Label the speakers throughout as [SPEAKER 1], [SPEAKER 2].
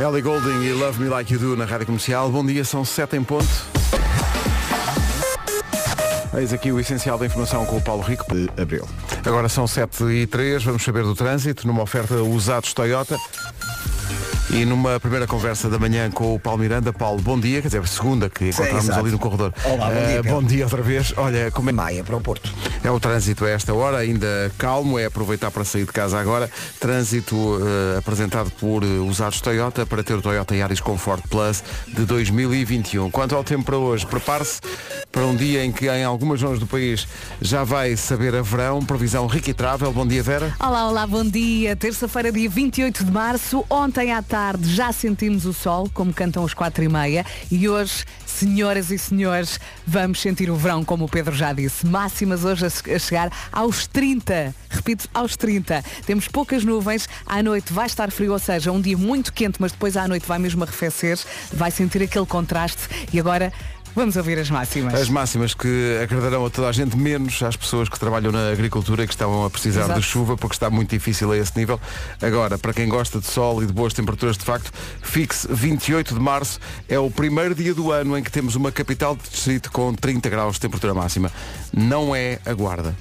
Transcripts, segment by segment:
[SPEAKER 1] Ellie Golding e Love Me Like You Do na Rádio Comercial. Bom dia, são 7 em ponto. Eis aqui o essencial da informação com o Paulo Rico.
[SPEAKER 2] de abril.
[SPEAKER 1] Agora são 7 e 3, vamos saber do trânsito, numa oferta usados Toyota. E numa primeira conversa da manhã com o Paulo Miranda, Paulo, bom dia, quer dizer, segunda que encontramos
[SPEAKER 3] exato.
[SPEAKER 1] ali no corredor.
[SPEAKER 3] Olá, bom dia,
[SPEAKER 1] Eh,
[SPEAKER 3] Pedro.
[SPEAKER 1] bom dia outra vez. Olha, como é
[SPEAKER 3] Maia para o Porto.
[SPEAKER 1] É o trânsito a esta hora, ainda calmo, é aproveitar para sair de casa agora. Trânsito eh, apresentado por eh, usados Toyota para ter o Toyota Yaris Comfort Plus de 2021. Quanto ao tempo para hoje, prepare-se para um dia em que em algumas zonas do país já vai saber a verão. Previsão riquitravel. Bom dia, Vera.
[SPEAKER 4] Olá, olá, bom dia. Terça-feira, dia 28 de março. Ontem à tarde já sentimos o sol, como cantam os quatro e meia. E hoje, senhoras e senhores, vamos sentir o verão, como o Pedro já disse. Máximas hoje a che- a chegar aos 30. Repito, aos 30. Temos poucas nuvens. À noite vai estar frio, ou seja, um dia muito quente, mas depois à noite vai mesmo arrefecer. Vai sentir aquele contraste. E agora vamos ouvir as máximas.
[SPEAKER 1] As máximas que agradarão a toda a gente, menos às pessoas que trabalham na agricultura e que estavam a precisar
[SPEAKER 4] Exato.
[SPEAKER 1] de chuva, porque está muito difícil a esse nível. Agora, para quem gosta de sol e de boas temperaturas, de facto, fixe 28 de março é o primeiro dia do ano em que temos uma capital de distrito com 30 graus de temperatura máxima. Não é a guarda.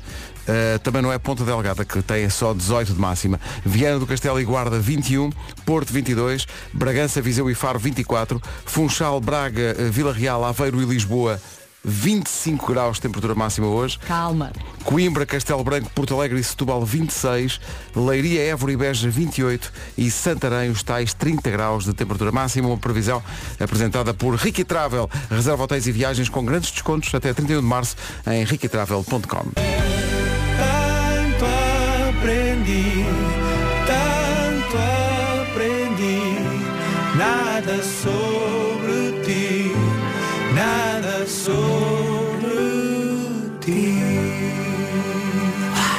[SPEAKER 1] Uh, também não é Ponta Delgada, que tem só 18 de máxima. Viana do Castelo e Guarda 21, Porto 22, Bragança, Viseu e Faro 24, Funchal, Braga, eh, Vila Real, Aveiro e Lisboa 25 graus de temperatura máxima hoje.
[SPEAKER 4] Calma.
[SPEAKER 1] Coimbra, Castelo Branco, Porto Alegre e Setúbal 26, Leiria, Évora e Beja 28 e Santarém os tais 30 graus de temperatura máxima, uma previsão apresentada por Ricky Travel. Reserva hotéis e viagens com grandes descontos até 31 de março em riquitravel.com.
[SPEAKER 5] Tanto aprendi, tanto aprendi, nada sobre ti, nada sobre ti.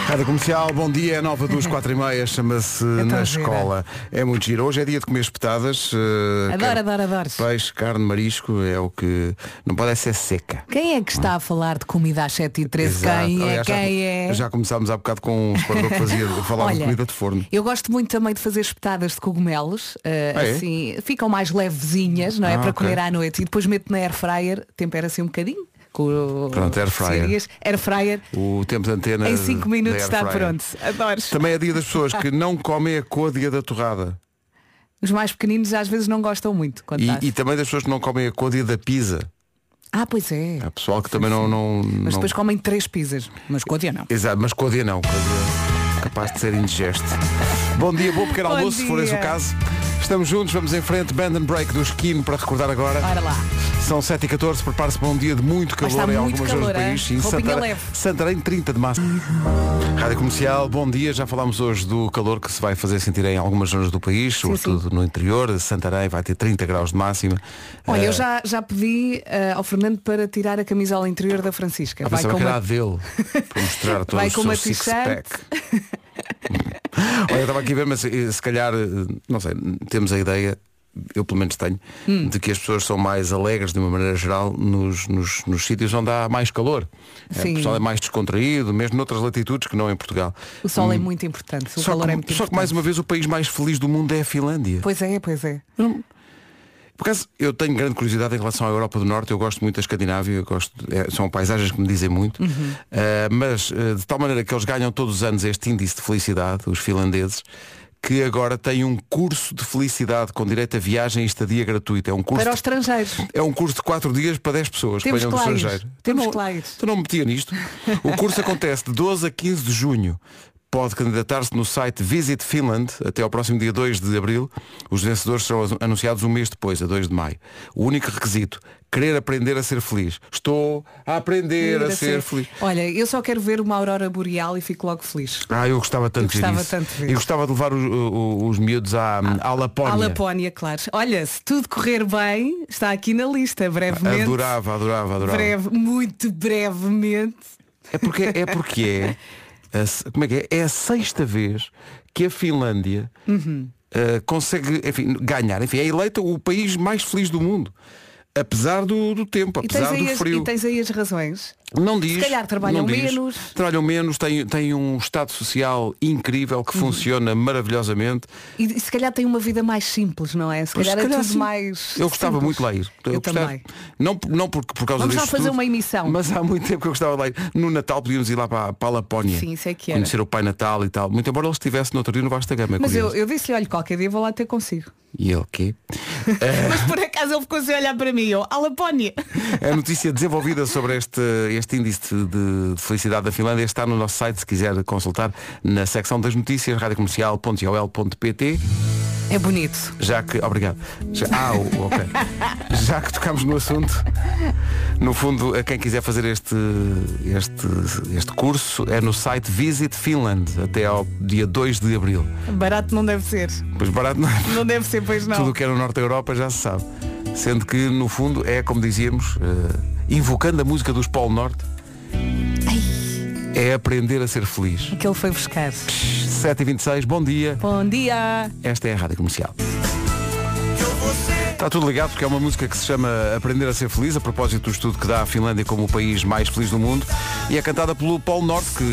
[SPEAKER 1] Rádio Comercial, bom dia, é nova dos 4 e meia, chama-se Na
[SPEAKER 4] a ver.
[SPEAKER 1] Escola. É muito giro. Hoje é dia de comer espetadas. eh,
[SPEAKER 4] Adoro,
[SPEAKER 1] quer-
[SPEAKER 4] adoro, adoro.
[SPEAKER 1] Peixe, carne, marisco, é o que não pode é ser seca.
[SPEAKER 4] Quem é que está a falar de comida às 7 e 13
[SPEAKER 1] Exato.
[SPEAKER 4] Quem é?
[SPEAKER 1] Aliás, já-
[SPEAKER 4] Quem é?
[SPEAKER 1] Já começámos há bocado com um espanador que fazia, falava de
[SPEAKER 4] Olha,
[SPEAKER 1] comida de forno.
[SPEAKER 4] Eu gosto muito também de fazer espetadas de cogumelos, uh,
[SPEAKER 1] Ah, é?
[SPEAKER 4] assim, ficam mais levezinhas, não é?
[SPEAKER 1] Ah,
[SPEAKER 4] para
[SPEAKER 1] ok.
[SPEAKER 4] comer à noite. E depois meto na air fryer, tempero assim um bocadinho. Com o-
[SPEAKER 1] Pronto, air fryer. Eh,
[SPEAKER 4] especiarias. Air fryer,
[SPEAKER 1] O tempo de antena.
[SPEAKER 4] em 5
[SPEAKER 1] da
[SPEAKER 4] minutos está
[SPEAKER 1] airfryer.
[SPEAKER 4] pronto. Adores.
[SPEAKER 1] Também é dia das pessoas que não comem a côdea da torrada.
[SPEAKER 4] Os mais pequeninos às vezes não gostam muito. Quando está
[SPEAKER 1] E,
[SPEAKER 4] assim.
[SPEAKER 1] e também das pessoas que não comem a côdea da pizza.
[SPEAKER 4] Ah, pois é.
[SPEAKER 1] Há pessoal que também não. não,
[SPEAKER 4] Mas
[SPEAKER 1] não-
[SPEAKER 4] depois comem três pizzas. Mas continua não.
[SPEAKER 1] Exato, mas côdea não. Côdea é capaz de ser indigesto. Bom dia, bom pequeno
[SPEAKER 4] Bom
[SPEAKER 1] almoço, se for esse o
[SPEAKER 4] dia.
[SPEAKER 1] caso. Estamos juntos, vamos em frente. Band and Break do Skin para recordar agora.
[SPEAKER 4] Ora lá.
[SPEAKER 1] São 7 e 14 prepare-se para um dia de muito
[SPEAKER 4] Mas
[SPEAKER 1] calor
[SPEAKER 4] está
[SPEAKER 1] em
[SPEAKER 4] muito
[SPEAKER 1] algumas zonas do
[SPEAKER 4] calor,
[SPEAKER 1] país.
[SPEAKER 4] hein?
[SPEAKER 1] Sim,
[SPEAKER 4] Roupinha
[SPEAKER 1] Santarém,
[SPEAKER 4] leve.
[SPEAKER 1] Santarém, 30 de março. Rádio Comercial, bom dia. Já falámos hoje do calor que se vai fazer sentir em algumas zonas do país, sobretudo no interior. Santarém vai ter 30 graus de máxima.
[SPEAKER 4] Olha,
[SPEAKER 1] Eh,
[SPEAKER 4] eu já, já pedi eh, ao Fernando para tirar a camisola interior da Francisca.
[SPEAKER 1] Ah, pensava que era a dele Para mostrar todo
[SPEAKER 4] Vai
[SPEAKER 1] o
[SPEAKER 4] com
[SPEAKER 1] seu
[SPEAKER 4] uma
[SPEAKER 1] six-pack Olha, eu estava aqui a ver, mas eh, se calhar eh, Não sei, temos a ideia Eu pelo menos tenho
[SPEAKER 4] Hum.
[SPEAKER 1] De que as pessoas são mais alegres de uma maneira geral Nos, nos, nos sítios onde há mais calor Eh,
[SPEAKER 4] Sim.
[SPEAKER 1] O pessoal é mais descontraído Mesmo noutras latitudes que não em Portugal
[SPEAKER 4] O sol é muito importante, o
[SPEAKER 1] hum. só
[SPEAKER 4] calor
[SPEAKER 1] que,
[SPEAKER 4] é muito
[SPEAKER 1] só
[SPEAKER 4] importante.
[SPEAKER 1] que mais uma vez o país mais feliz do mundo é a Finlândia
[SPEAKER 4] Pois é, pois é.
[SPEAKER 1] Por acaso, eu tenho grande curiosidade em relação à Europa do Norte, eu gosto muito da Escandinávia, eu gosto, é, são paisagens que me dizem muito,
[SPEAKER 4] Uhum.
[SPEAKER 1] Ah, mas ah, de tal maneira que eles ganham todos os anos este índice de felicidade, os finlandeses, que agora têm um curso de felicidade com direito a viagem e estadia gratuita. É um curso,
[SPEAKER 4] Para
[SPEAKER 1] de-
[SPEAKER 4] os estrangeiros.
[SPEAKER 1] é um curso de 4 dias para 10 pessoas
[SPEAKER 4] Temos
[SPEAKER 1] que venham
[SPEAKER 4] que lá
[SPEAKER 1] do
[SPEAKER 4] ir.
[SPEAKER 1] estrangeiro.
[SPEAKER 4] Temos
[SPEAKER 1] tu não,
[SPEAKER 4] que lá ir.
[SPEAKER 1] tu não me metia nisto. O curso acontece de 12 a 15 de junho. Pode candidatar-se no site Visit Finland até ao próximo dia 2 de abril. Os vencedores serão anunciados um mês depois, a 2 de maio. O único requisito, querer aprender a ser feliz. Estou a aprender a ser feliz.
[SPEAKER 4] Olha, eu só quero ver uma aurora boreal e fico logo feliz.
[SPEAKER 1] Ah, eu gostava
[SPEAKER 4] Eu
[SPEAKER 1] tanto de ver
[SPEAKER 4] gostava
[SPEAKER 1] isso.
[SPEAKER 4] tanto de ver.
[SPEAKER 1] Eu gostava de levar os, os- os miúdos à, à Lapónia.
[SPEAKER 4] A Lapónia, claro. Olha, se tudo correr bem, está aqui na lista, brevemente.
[SPEAKER 1] Adorava, adorava, adorava.
[SPEAKER 4] Breve, muito brevemente.
[SPEAKER 1] É porque é, porque é, a se- como é que é? É a sexta vez que a Finlândia
[SPEAKER 4] Uhum.
[SPEAKER 1] eh, consegue enfim, ganhar. Enfim, é eleita o país mais feliz do mundo. Apesar do, do tempo,
[SPEAKER 4] E tens,
[SPEAKER 1] apesar do
[SPEAKER 4] aí as,
[SPEAKER 1] frio.
[SPEAKER 4] e tens aí as razões.
[SPEAKER 1] Não diz.
[SPEAKER 4] Se calhar trabalham
[SPEAKER 1] não diz.
[SPEAKER 4] menos.
[SPEAKER 1] Trabalham menos, têm, têm um estado social incrível
[SPEAKER 4] Uhum.
[SPEAKER 1] que funciona maravilhosamente.
[SPEAKER 4] E, e se calhar tem uma vida mais simples, não é? Se
[SPEAKER 1] Mas
[SPEAKER 4] calhar,
[SPEAKER 1] se calhar
[SPEAKER 4] é tudo
[SPEAKER 1] sim.
[SPEAKER 4] mais.
[SPEAKER 1] Eu gostava
[SPEAKER 4] simples.
[SPEAKER 1] muito de lá ir.
[SPEAKER 4] Eu,
[SPEAKER 1] gostava-
[SPEAKER 4] também.
[SPEAKER 1] Não, por- não porque por causa
[SPEAKER 4] Vamos lá
[SPEAKER 1] disto
[SPEAKER 4] fazer
[SPEAKER 1] tudo,
[SPEAKER 4] uma emissão.
[SPEAKER 1] Mas há muito tempo que eu gostava de lá ir. No Natal podíamos ir lá para, para a Lapónia.
[SPEAKER 4] Sim, isso é que era.
[SPEAKER 1] Conhecer o Pai Natal e tal. Muito embora ele estivesse no outro dia no Vasta Gama. é
[SPEAKER 4] Mas eu,
[SPEAKER 1] curioso.
[SPEAKER 4] eu disse-lhe, olha, qualquer dia vou lá ter consigo.
[SPEAKER 1] E ele quê? É.
[SPEAKER 4] Mas por acaso ele ficou sem olhar para mim, eu, a Lapónia.
[SPEAKER 1] A notícia desenvolvida sobre este, este índice de felicidade da Finlândia está no nosso site, se quiser consultar, na secção das notícias, radiocomercial.ol.pt.
[SPEAKER 4] É bonito.
[SPEAKER 1] Já que. Obrigado. Já, ah, o- ok. Já que tocámos no assunto, no fundo, a quem quiser fazer este, este, este curso é no site Visit Finland até ao dia 2 de Abril.
[SPEAKER 4] Barato não deve ser.
[SPEAKER 1] Pois barato não é?
[SPEAKER 4] Não deve ser, pois não.
[SPEAKER 1] Tudo o que é no Norte da Europa já se sabe. Sendo que, no fundo, é como dizíamos, eh, invocando a música dos Polo Norte, é aprender a ser feliz.
[SPEAKER 4] Que ele foi buscar.
[SPEAKER 1] 7h26, bom dia.
[SPEAKER 4] Bom dia.
[SPEAKER 1] Esta é a Rádio Comercial. Está tudo ligado porque é uma música que se chama Aprender a Ser Feliz, a propósito do estudo que dá a Finlândia como o país mais feliz do mundo. E é cantada pelo Polo Norte, que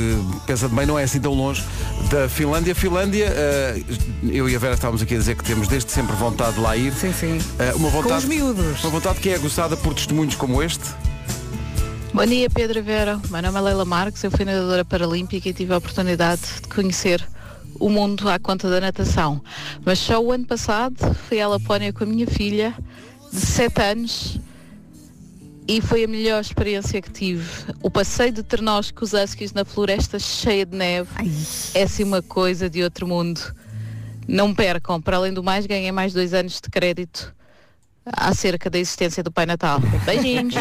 [SPEAKER 1] pensa de bem, não é assim tão longe da Finlândia. Finlândia, eh, eu e a Vera estávamos aqui a dizer que temos desde sempre vontade de lá ir.
[SPEAKER 4] Sim, sim.
[SPEAKER 1] Eh, uma vontade,
[SPEAKER 4] Com os miúdos.
[SPEAKER 1] Uma vontade que é aguçada por testemunhos como este.
[SPEAKER 2] Bom dia, Pedro e Vera. Meu nome é Leila Marques, eu fui nadadora paralímpica e tive a oportunidade de conhecer o mundo à conta da natação. Mas só o ano passado fui à Lapónia com a minha filha, de 7 anos, e foi a melhor experiência que tive. O passeio de ternós com os huskies na floresta cheia de neve é assim uma coisa de outro mundo. Não percam, para além do mais, ganhei mais dois anos de crédito acerca da existência do Pai Natal. Beijinhos!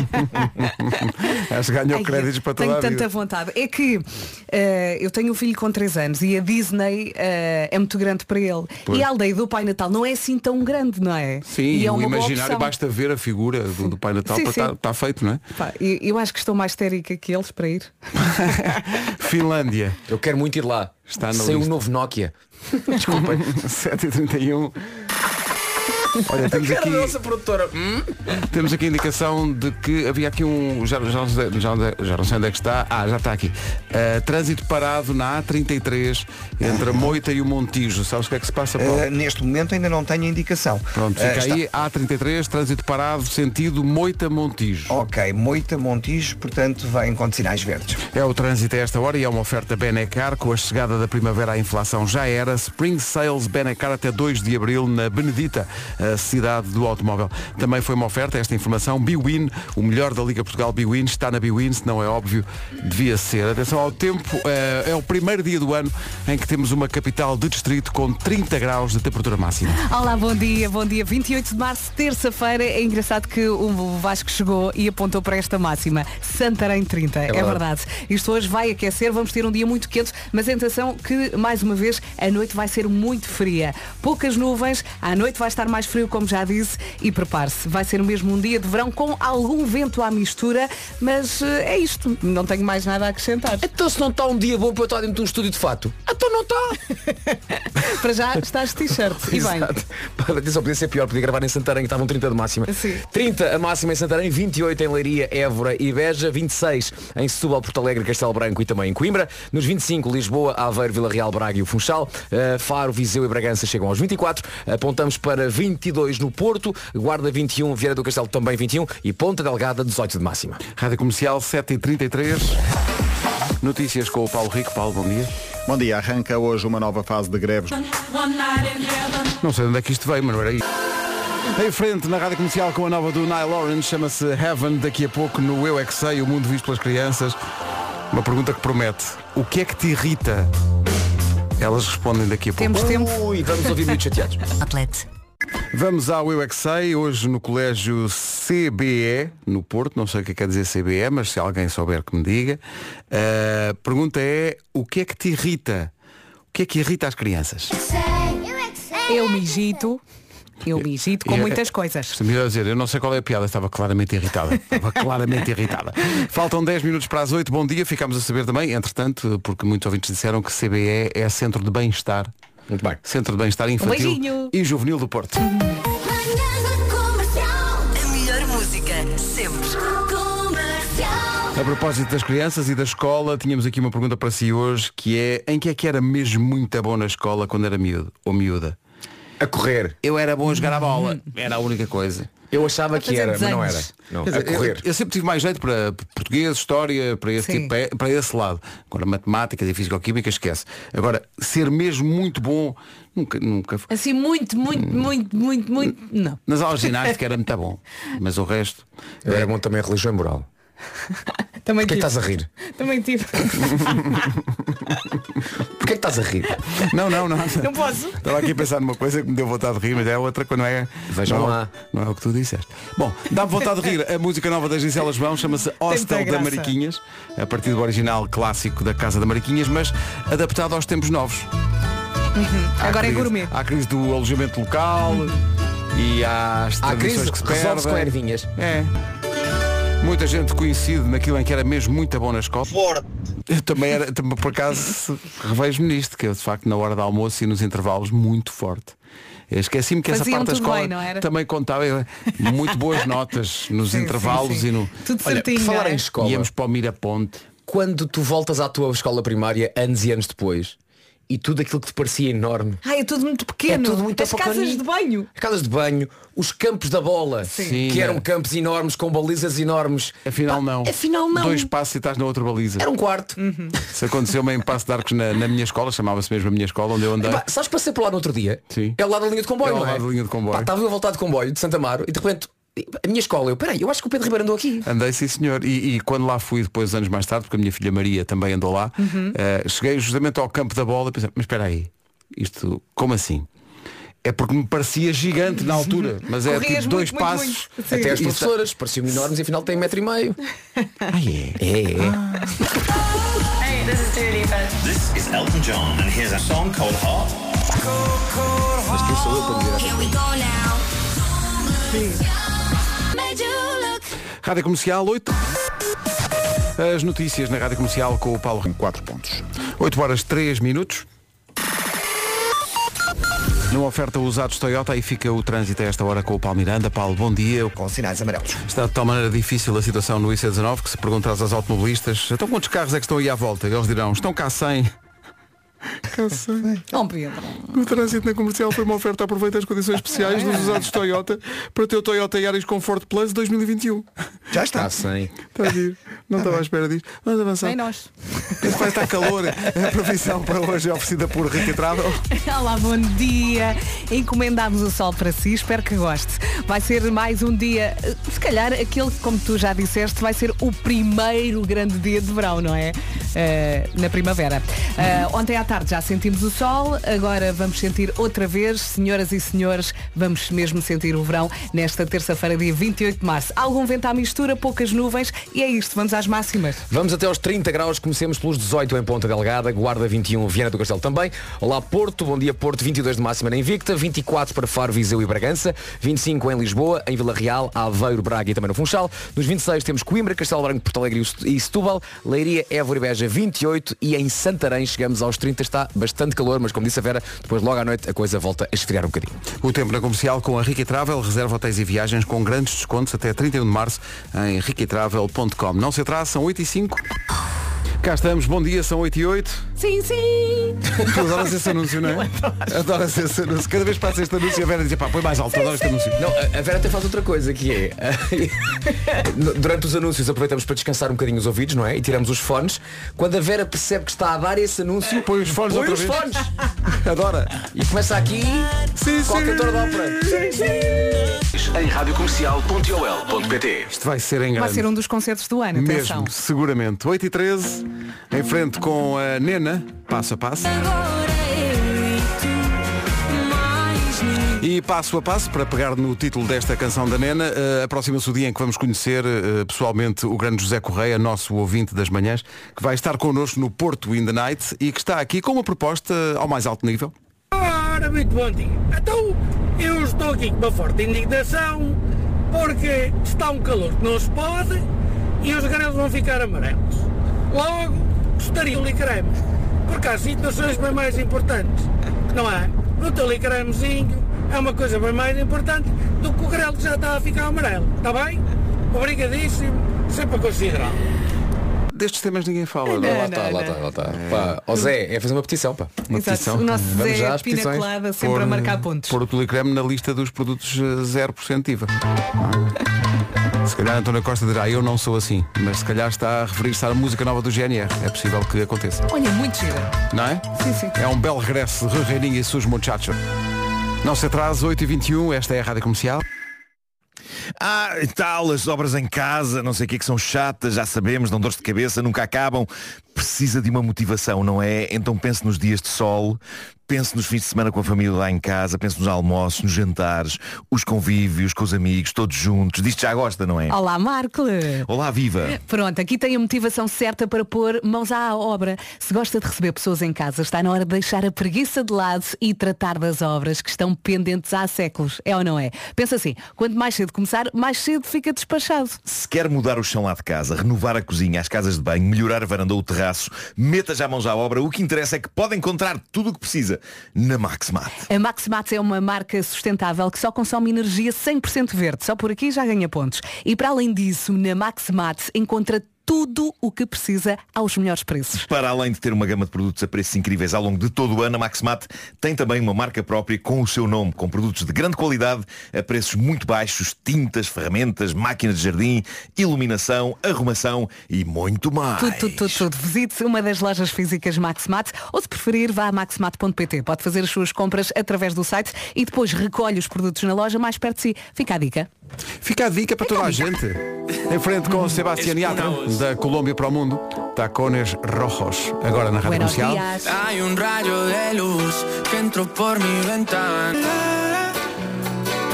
[SPEAKER 1] Acho que ganhou
[SPEAKER 4] Ai,
[SPEAKER 1] créditos para
[SPEAKER 4] tenho
[SPEAKER 1] toda a
[SPEAKER 4] tanta
[SPEAKER 1] vida.
[SPEAKER 4] vontade. É que eh, eu tenho um filho com 3 anos e a Disney eh, é muito grande para ele.
[SPEAKER 1] Pois.
[SPEAKER 4] E a aldeia do Pai Natal não é assim tão grande, não é?
[SPEAKER 1] Sim,
[SPEAKER 4] e
[SPEAKER 1] e
[SPEAKER 4] é
[SPEAKER 1] o
[SPEAKER 4] uma boa
[SPEAKER 1] imaginário
[SPEAKER 4] opção.
[SPEAKER 1] basta ver a figura do, do Pai Natal
[SPEAKER 4] Sim,
[SPEAKER 1] para
[SPEAKER 4] sim.
[SPEAKER 1] estar está feito, não é?
[SPEAKER 4] Pá, eu, eu acho que estou mais histérica que eles para ir.
[SPEAKER 1] Finlândia.
[SPEAKER 3] Eu quero muito ir lá.
[SPEAKER 1] Está na
[SPEAKER 3] Sem o
[SPEAKER 1] lista.
[SPEAKER 3] novo Nokia.
[SPEAKER 1] Desculpem. 7h31. Olha, temos aqui,
[SPEAKER 3] produtora. Hum?
[SPEAKER 1] temos aqui a indicação de que havia aqui um. Já, já, não sei- já, não sei- já não sei onde é que está. Ah, já está aqui. Ah, trânsito parado na A33 entre a
[SPEAKER 3] Ah.
[SPEAKER 1] Moita e o Montijo. Sabes o que é que se passa, Paulo?
[SPEAKER 3] Eh,
[SPEAKER 6] Uh, neste momento ainda não tenho indicação.
[SPEAKER 1] Pronto,
[SPEAKER 6] Uh,
[SPEAKER 1] fica
[SPEAKER 6] está-
[SPEAKER 1] aí. A33, trânsito parado, sentido Moita-Montijo.
[SPEAKER 6] Ok, Moita Montijo, portanto, vem com sinais verdes.
[SPEAKER 1] É o trânsito a esta hora e é uma oferta Benecar. Com a chegada da primavera, a inflação já era. Spring Sales Benecar até 2 de abril na Benedita, a cidade do automóvel. Também foi uma oferta esta informação. Biwin, o melhor da Liga Portugal Biwin, está na Biwin, se não é óbvio, devia ser. Atenção ao tempo, eh, é o primeiro dia do ano em que temos uma capital de distrito com 30 graus de temperatura máxima.
[SPEAKER 4] Olá, bom dia, bom dia. 28 de março, terça-feira. É engraçado que o Vasco chegou e apontou para esta máxima. Santarém 30, é, verdade.
[SPEAKER 3] verdade.
[SPEAKER 4] Isto hoje vai aquecer, vamos ter um dia muito quente, mas atenção que, mais uma vez, a noite vai ser muito fria. Poucas nuvens, à noite vai estar mais frio, como já disse, e prepare-se. Vai ser mesmo um dia de verão com algum vento à mistura, mas eh, é isto. Não tenho mais nada a acrescentar.
[SPEAKER 3] Então se não está um dia bom para eu estar dentro de um estúdio de fato. Então não está.
[SPEAKER 4] Para já estás de t-shirt. E bem.
[SPEAKER 3] Exato. Pá, Atenção, podia ser pior, podia gravar em Santarém, que estavam 30 de máxima.
[SPEAKER 4] Sim.
[SPEAKER 3] 30 a máxima em Santarém, 28 em Leiria, Évora e Beja, 26 em Setúbal, Porto Alegre, Castelo Branco e também em Coimbra, nos 25 Lisboa, Aveiro, Vila Real, Braga e o Funchal, Eh, Faro, Viseu e Bragança chegam aos 24, apontamos para 22 no Porto, Guarda 21, Vieira do Castelo também 21 e Ponta Delgada 18 de máxima.
[SPEAKER 1] Rádio Comercial 7h33. Notícias com o Paulo Rico. Paulo, bom dia.
[SPEAKER 7] Bom dia, arranca hoje uma nova fase de greves.
[SPEAKER 1] Não sei de onde é que isto veio, mas não era isso. Em frente, na rádio comercial com a nova do Nile Orange, chama-se Heaven, daqui a pouco no Eu É Que Sei, o mundo visto pelas crianças. Uma pergunta que promete: o que é que te irrita? Elas respondem daqui a pouco.
[SPEAKER 4] Temos tempo.
[SPEAKER 3] Ui, vamos ouvir muito chateados.
[SPEAKER 1] Vamos ao Eu É Que Sei, hoje no colégio CBE, no Porto, não sei o que quer dizer CBE, mas se alguém souber que me diga. A pergunta é, o que é que te irrita? O que é que irrita as crianças?
[SPEAKER 4] Eu me agito. Eu me agito
[SPEAKER 3] é-
[SPEAKER 4] com
[SPEAKER 1] Eu-
[SPEAKER 4] muitas coisas.
[SPEAKER 1] Se me a é- dizer, eu não sei qual é a piada, estava claramente irritada. Estava claramente irritada. Faltam 10 minutos para as 8, bom dia, ficámos a saber também, entretanto, porque muitos ouvintes disseram que CBE é Centro de Bem-Estar.
[SPEAKER 3] Muito bem.
[SPEAKER 1] Centro de Bem-Estar
[SPEAKER 4] Um
[SPEAKER 1] Infantil
[SPEAKER 4] beijinho.
[SPEAKER 1] e Juvenil do Porto.
[SPEAKER 8] A melhor música sempre. Comercial.
[SPEAKER 1] A A propósito das crianças e da escola, tínhamos aqui uma pergunta para si hoje, que é em que é que era mesmo muito bom na escola quando era miúdo ou miúda?
[SPEAKER 3] A correr.
[SPEAKER 1] Eu era bom a jogar a bola. Era a única coisa.
[SPEAKER 3] Eu achava que
[SPEAKER 4] fazer
[SPEAKER 3] era, mas não era.
[SPEAKER 4] desenhos.
[SPEAKER 3] Não,
[SPEAKER 1] Quer
[SPEAKER 3] a
[SPEAKER 1] dizer, eu,
[SPEAKER 3] correr.
[SPEAKER 1] eu sempre tive mais jeito para português, história, para esse,
[SPEAKER 4] Sim.
[SPEAKER 1] tipo, é- para esse lado. Agora, matemáticas e físico-química, esquece. Agora, ser mesmo muito bom, nunca, nunca. fui.
[SPEAKER 4] Assim, muito, muito,
[SPEAKER 3] Hum.
[SPEAKER 4] muito, muito, muito. Não.
[SPEAKER 1] Nas aulas de ginástica era muito bom, mas o resto...
[SPEAKER 3] Eu era bom também em religião e moral.
[SPEAKER 4] Também
[SPEAKER 3] Porquê que
[SPEAKER 4] tive.
[SPEAKER 3] estás a rir?
[SPEAKER 4] Também tive.
[SPEAKER 3] Porquê é que estás a rir?
[SPEAKER 1] Não, não, não.
[SPEAKER 4] Não posso.
[SPEAKER 1] Estava aqui a pensar numa coisa que me deu vontade de rir, mas é outra que não é.
[SPEAKER 3] Vejam
[SPEAKER 1] não, é o-
[SPEAKER 3] lá.
[SPEAKER 1] Não é o que tu disseste. Bom, dá-me vontade de rir. A música nova da Gisela João chama-se Hostel da
[SPEAKER 4] graça.
[SPEAKER 1] Mariquinhas, a partir do original clássico da Casa da Mariquinhas, mas adaptado aos tempos novos.
[SPEAKER 3] Ah,
[SPEAKER 1] Há
[SPEAKER 4] Agora é
[SPEAKER 1] crise-
[SPEAKER 4] gourmet.
[SPEAKER 1] Há a crise do alojamento local e há as
[SPEAKER 3] Há
[SPEAKER 1] tradições
[SPEAKER 3] crise
[SPEAKER 1] que se
[SPEAKER 3] resolve-se com
[SPEAKER 1] perdem.
[SPEAKER 3] ervinhas.
[SPEAKER 1] É. Muita gente conhecida naquilo em que era mesmo muito bom na escola. Eu também era, também, por acaso, revejo-me nisto, que eu de facto na hora do almoço e nos intervalos muito forte. Eu Esqueci-me que essa
[SPEAKER 4] Faziam
[SPEAKER 1] parte da
[SPEAKER 4] tudo
[SPEAKER 1] escola
[SPEAKER 4] bem, não era?
[SPEAKER 1] também contava eu- muito boas notas nos
[SPEAKER 4] Sim, sim,
[SPEAKER 1] intervalos
[SPEAKER 4] sim.
[SPEAKER 1] e no.
[SPEAKER 4] Tudo
[SPEAKER 3] Olha, por
[SPEAKER 4] certinho.
[SPEAKER 3] falar
[SPEAKER 4] não é?
[SPEAKER 3] em escola,
[SPEAKER 1] Íamos para o Miraponte.
[SPEAKER 3] quando tu voltas à tua escola primária anos e anos depois e tudo aquilo que te parecia enorme.
[SPEAKER 4] Ai, é tudo muito pequeno.
[SPEAKER 3] É tudo muito
[SPEAKER 4] As casas
[SPEAKER 3] apocarinho.
[SPEAKER 4] de banho.
[SPEAKER 3] As casas de banho, os campos da bola,
[SPEAKER 1] Sim. é.
[SPEAKER 3] que eram campos enormes, com balizas enormes.
[SPEAKER 1] Afinal
[SPEAKER 3] Pá,
[SPEAKER 1] não.
[SPEAKER 3] Afinal não.
[SPEAKER 1] Dois passos e estás na outra baliza.
[SPEAKER 3] Era um quarto.
[SPEAKER 1] Isso aconteceu-me em Passo de Arcos na, na minha escola, chamava-se mesmo a minha escola, onde eu andei.
[SPEAKER 3] Pá, sabes que passei por lá no outro dia?
[SPEAKER 1] é? Sim.
[SPEAKER 3] É o lado da linha de comboio,
[SPEAKER 1] É ao
[SPEAKER 3] não é?
[SPEAKER 1] lado da linha de comboio.
[SPEAKER 3] Pá, Estava eu a voltar de comboio de Santa Amaro e de repente a minha escola, eu peraí, eu acho que o Pedro Ribeiro andou aqui.
[SPEAKER 1] Andei, sim senhor. E, e quando lá fui depois, anos mais tarde, porque a minha filha Maria também andou lá,
[SPEAKER 4] Uhum.
[SPEAKER 1] eh, cheguei justamente ao campo da bola e pensei, mas espera aí, isto como assim? É porque me parecia gigante na altura, mas é
[SPEAKER 4] Uhum. Corrias
[SPEAKER 1] tipo dois
[SPEAKER 4] muito, muito,
[SPEAKER 1] passos.
[SPEAKER 4] muito. Sim.
[SPEAKER 3] Até as
[SPEAKER 1] E- e-
[SPEAKER 3] professoras pareciam enormes e afinal têm metro e meio.
[SPEAKER 1] Ah, é?
[SPEAKER 3] É, é.
[SPEAKER 8] This is Elton John, and here's a song called Heart.
[SPEAKER 1] Rádio Comercial 8. As notícias na Rádio Comercial com o Paulo Rico. 4 pontos. 8 horas 3 minutos. Numa oferta usados Toyota, aí fica o trânsito a esta hora com o Paulo Miranda. Paulo, bom dia.
[SPEAKER 6] com sinais amarelos.
[SPEAKER 1] Está de tal maneira difícil a situação no IC19 que se perguntas aos automobilistas, então quantos carros é que estão aí à volta? Eles dirão, estão cá 100.
[SPEAKER 4] Não, Pedro.
[SPEAKER 1] O trânsito na comercial foi uma oferta. Aproveita as condições especiais dos usados Toyota para o teu Toyota Yaris Comfort Plus 2021.
[SPEAKER 6] Já está.
[SPEAKER 1] Tá
[SPEAKER 6] Tá
[SPEAKER 3] Está sem.
[SPEAKER 1] Está a ir. Não estava à espera disso. Vamos avançar.
[SPEAKER 4] Bem nós.
[SPEAKER 1] Vai estar calor. A previsão para hoje é oferecida por Rica Travel.
[SPEAKER 4] Olá, bom dia. Encomendámos o sol para si, espero que goste. Vai ser mais um dia, eh, se calhar aquele, que, como tu já disseste, vai ser o primeiro grande dia de verão, não é? Eh, na primavera. Eh, ontem à tarde já sentimos o sol, agora vamos sentir outra vez, senhoras e senhores, vamos mesmo sentir o verão nesta terça-feira, dia 28 de março. Algum vento à mistura, poucas nuvens e é isto, vamos às máximas.
[SPEAKER 3] Vamos até aos 30 graus, comecemos pelos 18 em Ponta Delgada, Guarda 21, Viana do Castelo também. Olá Porto, bom dia Porto, 22 de máxima na Invicta, 24 para Faro, Viseu e Bragança, 25 em Lisboa, em Vila Real, Aveiro, Braga e também no Funchal. Nos 26 temos Coimbra, Castelo Branco, Porto Alegre e Setúbal, Leiria, Évora e Beja 28 e em Santarém chegamos aos 30, está bastante calor, mas como disse a Vera, depois logo à noite a coisa volta a esfriar um bocadinho.
[SPEAKER 1] O tempo na comercial com a Rica Travel reserva hotéis e viagens com grandes descontos até 31 de março em riquitravel.com. Não se atrasa, são 8 e 5. Cá estamos, bom dia, são 8 e 8.
[SPEAKER 4] Sim, sim!
[SPEAKER 1] Tu adoras esse anúncio, não é? Adoras esse anúncio. Cada vez que passa este anúncio, a Vera diz, pá, põe mais alto, adoro este anúncio.
[SPEAKER 3] Não, a- a Vera até faz outra coisa que é no- Durante os anúncios aproveitamos para descansar um bocadinho os ouvidos, não é? E tiramos os fones Quando a Vera percebe que está a dar esse anúncio
[SPEAKER 1] Põe os fones
[SPEAKER 3] põe
[SPEAKER 1] outra
[SPEAKER 3] os
[SPEAKER 1] vez.
[SPEAKER 3] fones
[SPEAKER 1] Adora.
[SPEAKER 3] E começa aqui
[SPEAKER 1] Sim,
[SPEAKER 3] com o
[SPEAKER 1] sim.
[SPEAKER 3] cantor da ópera
[SPEAKER 9] Em radiocomercial.ol.pt
[SPEAKER 1] Isto vai ser em grande.
[SPEAKER 4] Vai ser um dos concertos do ano, atenção.
[SPEAKER 1] Mesmo, seguramente. 8 e 13, em frente com a Nena, passo a passo. E passo a passo, para pegar no título desta canção da Nena, eh, aproxima-se o dia em que vamos conhecer eh, pessoalmente o grande José Correia, nosso ouvinte das manhãs, que vai estar connosco no Porto in the Night e que está aqui com uma proposta ao mais alto nível.
[SPEAKER 10] Ora, muito bom dia. Então, eu estou aqui com uma forte indignação porque está um calor que não se pode e os grãos vão ficar amarelos. Logo, gostaria de licramos, porque há situações bem mais importantes, não é? O teu licramozinho é uma coisa bem mais importante do que o grão que já está a ficar amarelo, está bem? Obrigadíssimo, sempre a considerar.
[SPEAKER 1] Destes temas ninguém fala. é?
[SPEAKER 3] Não, lá está, lá está, lá está. Pá, ó Zé, é fazer uma petição, pá.
[SPEAKER 4] Exato. O nosso
[SPEAKER 3] Vamos já
[SPEAKER 4] Zé
[SPEAKER 3] às
[SPEAKER 4] Pina
[SPEAKER 3] petições.
[SPEAKER 4] Colada sempre a marcar pontos.
[SPEAKER 1] Pôr o Tulicreme na lista dos produtos eh, 0% IVA. Ah. Se calhar António Costa dirá, eu não sou assim, mas se calhar está a referir-se à música nova do GNR. É possível que aconteça.
[SPEAKER 4] Olha, muito gira.
[SPEAKER 1] Não é?
[SPEAKER 4] Sim, sim.
[SPEAKER 1] É um belo regresso de Reininha e Sus Muchacho. Não se atrase, 8h21, esta é a Rádio Comercial.
[SPEAKER 11] Ah, e tal, as obras em casa, não sei o que, que são chatas, já sabemos, dão dores de cabeça, nunca acabam. Precisa de uma motivação, não é? Então pense nos dias de sol, pense nos fins de semana com a família lá em casa, pense nos almoços, nos jantares, os convívios com os amigos, todos juntos. Disto já gosta, não é?
[SPEAKER 4] Olá, Marco.
[SPEAKER 11] Olá, viva!
[SPEAKER 4] Pronto, aqui tem a motivação certa para pôr mãos à obra. Se gosta de receber pessoas em casa, está na hora de deixar a preguiça de lado e tratar das obras que estão pendentes há séculos. É ou não é? Pensa assim, quanto mais cedo começar, mais cedo fica despachado.
[SPEAKER 11] Se quer mudar o chão lá de casa, renovar a cozinha, as casas de banho, melhorar a varanda ou o terraço, meta já mãos à obra, o que interessa é que pode encontrar tudo o que precisa na Maxmat.
[SPEAKER 4] A Maximat é uma marca sustentável que só consome energia 100% verde. Só por aqui já ganha pontos. E para além disso, na Maximat encontra tudo o que precisa aos melhores preços.
[SPEAKER 11] Para além de ter uma gama de produtos a preços incríveis ao longo de todo o ano, a Maxmat tem também uma marca própria com o seu nome, com produtos de grande qualidade, a preços muito baixos, tintas, ferramentas, máquinas de jardim, iluminação, arrumação e muito mais.
[SPEAKER 4] Tudo, tudo, tudo, tudo. Visite uma das lojas físicas Maxmat ou, se preferir, vá a maxmat.pt. Pode fazer as suas compras através do site e depois recolhe os produtos na loja mais perto de si. Fica a dica.
[SPEAKER 1] Fica a dica para toda a gente. Em frente com o Sebastián Yatra, da Colômbia para o Mundo, Tacones Rojos, agora na Rádio
[SPEAKER 12] Buenos
[SPEAKER 1] Comercial.
[SPEAKER 12] días. Hay un rayo de luz que entró por mi ventana.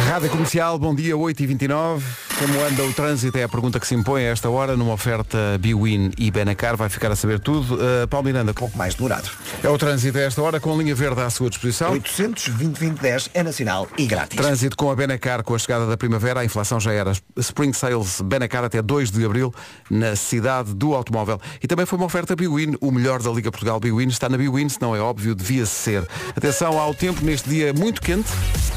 [SPEAKER 1] Rádio Comercial, bom dia, 8h29. Como anda o trânsito? É a pergunta que se impõe a esta hora, numa oferta Biwin e Benacar. Vai ficar a saber tudo. Uh, Paulo Miranda. Pouco
[SPEAKER 6] mais demorado.
[SPEAKER 1] É o trânsito a esta hora, com a linha verde à sua disposição.
[SPEAKER 6] 820-2010 é nacional e grátis.
[SPEAKER 1] Trânsito com a Benacar, com a chegada da primavera, a inflação já era. Spring Sales Benacar até 2 de abril, na cidade do automóvel. E também foi uma oferta Biwin, o melhor da Liga Portugal Biwin. Está na Biwin, se não é óbvio, devia ser. Atenção ao tempo neste dia muito quente.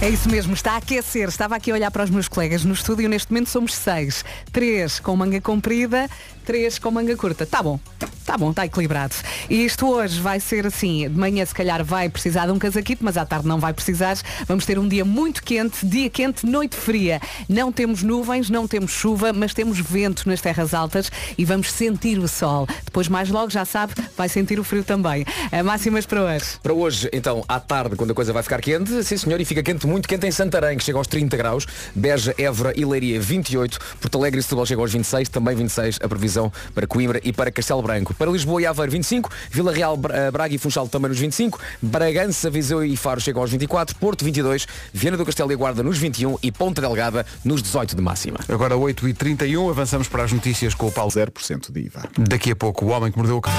[SPEAKER 4] É isso mesmo, está a aquecer. Estava aqui a olhar para os meus colegas no estúdio. Neste momento somos seis. Três com manga comprida, três com manga curta. Tá bom, tá bom, está equilibrado. E isto hoje vai ser assim. De manhã, se calhar, vai precisar de um casaquito, mas à tarde não vai precisar. Vamos ter um dia muito quente, dia quente, noite fria. Não temos nuvens, não temos chuva, mas temos vento nas terras altas e vamos sentir o sol. Depois, mais logo, já sabe, vai sentir o frio também. A máximas para hoje.
[SPEAKER 3] Para hoje, então, à tarde, quando a coisa vai ficar quente, sim senhor, e fica quente, muito quente em Santarém, que chega aos 30 graus, Beja, Évora e Leiria 28, Porto Alegre e Setúbal chega aos 26, também 26 a previsão para Coimbra e para Castelo Branco. Para Lisboa e Aveiro 25, Vila Real, Bra- eh, Braga e Funchal também nos 25, Bragança, Viseu e Faro chegam aos 24, Porto 22, Viana do Castelo e Guarda nos 21 e Ponta Delgada nos 18 de máxima.
[SPEAKER 1] Agora 8h31, avançamos para as notícias com o Paulo.
[SPEAKER 7] 0% de IVA.
[SPEAKER 1] Daqui a pouco, o homem que mordeu o cão.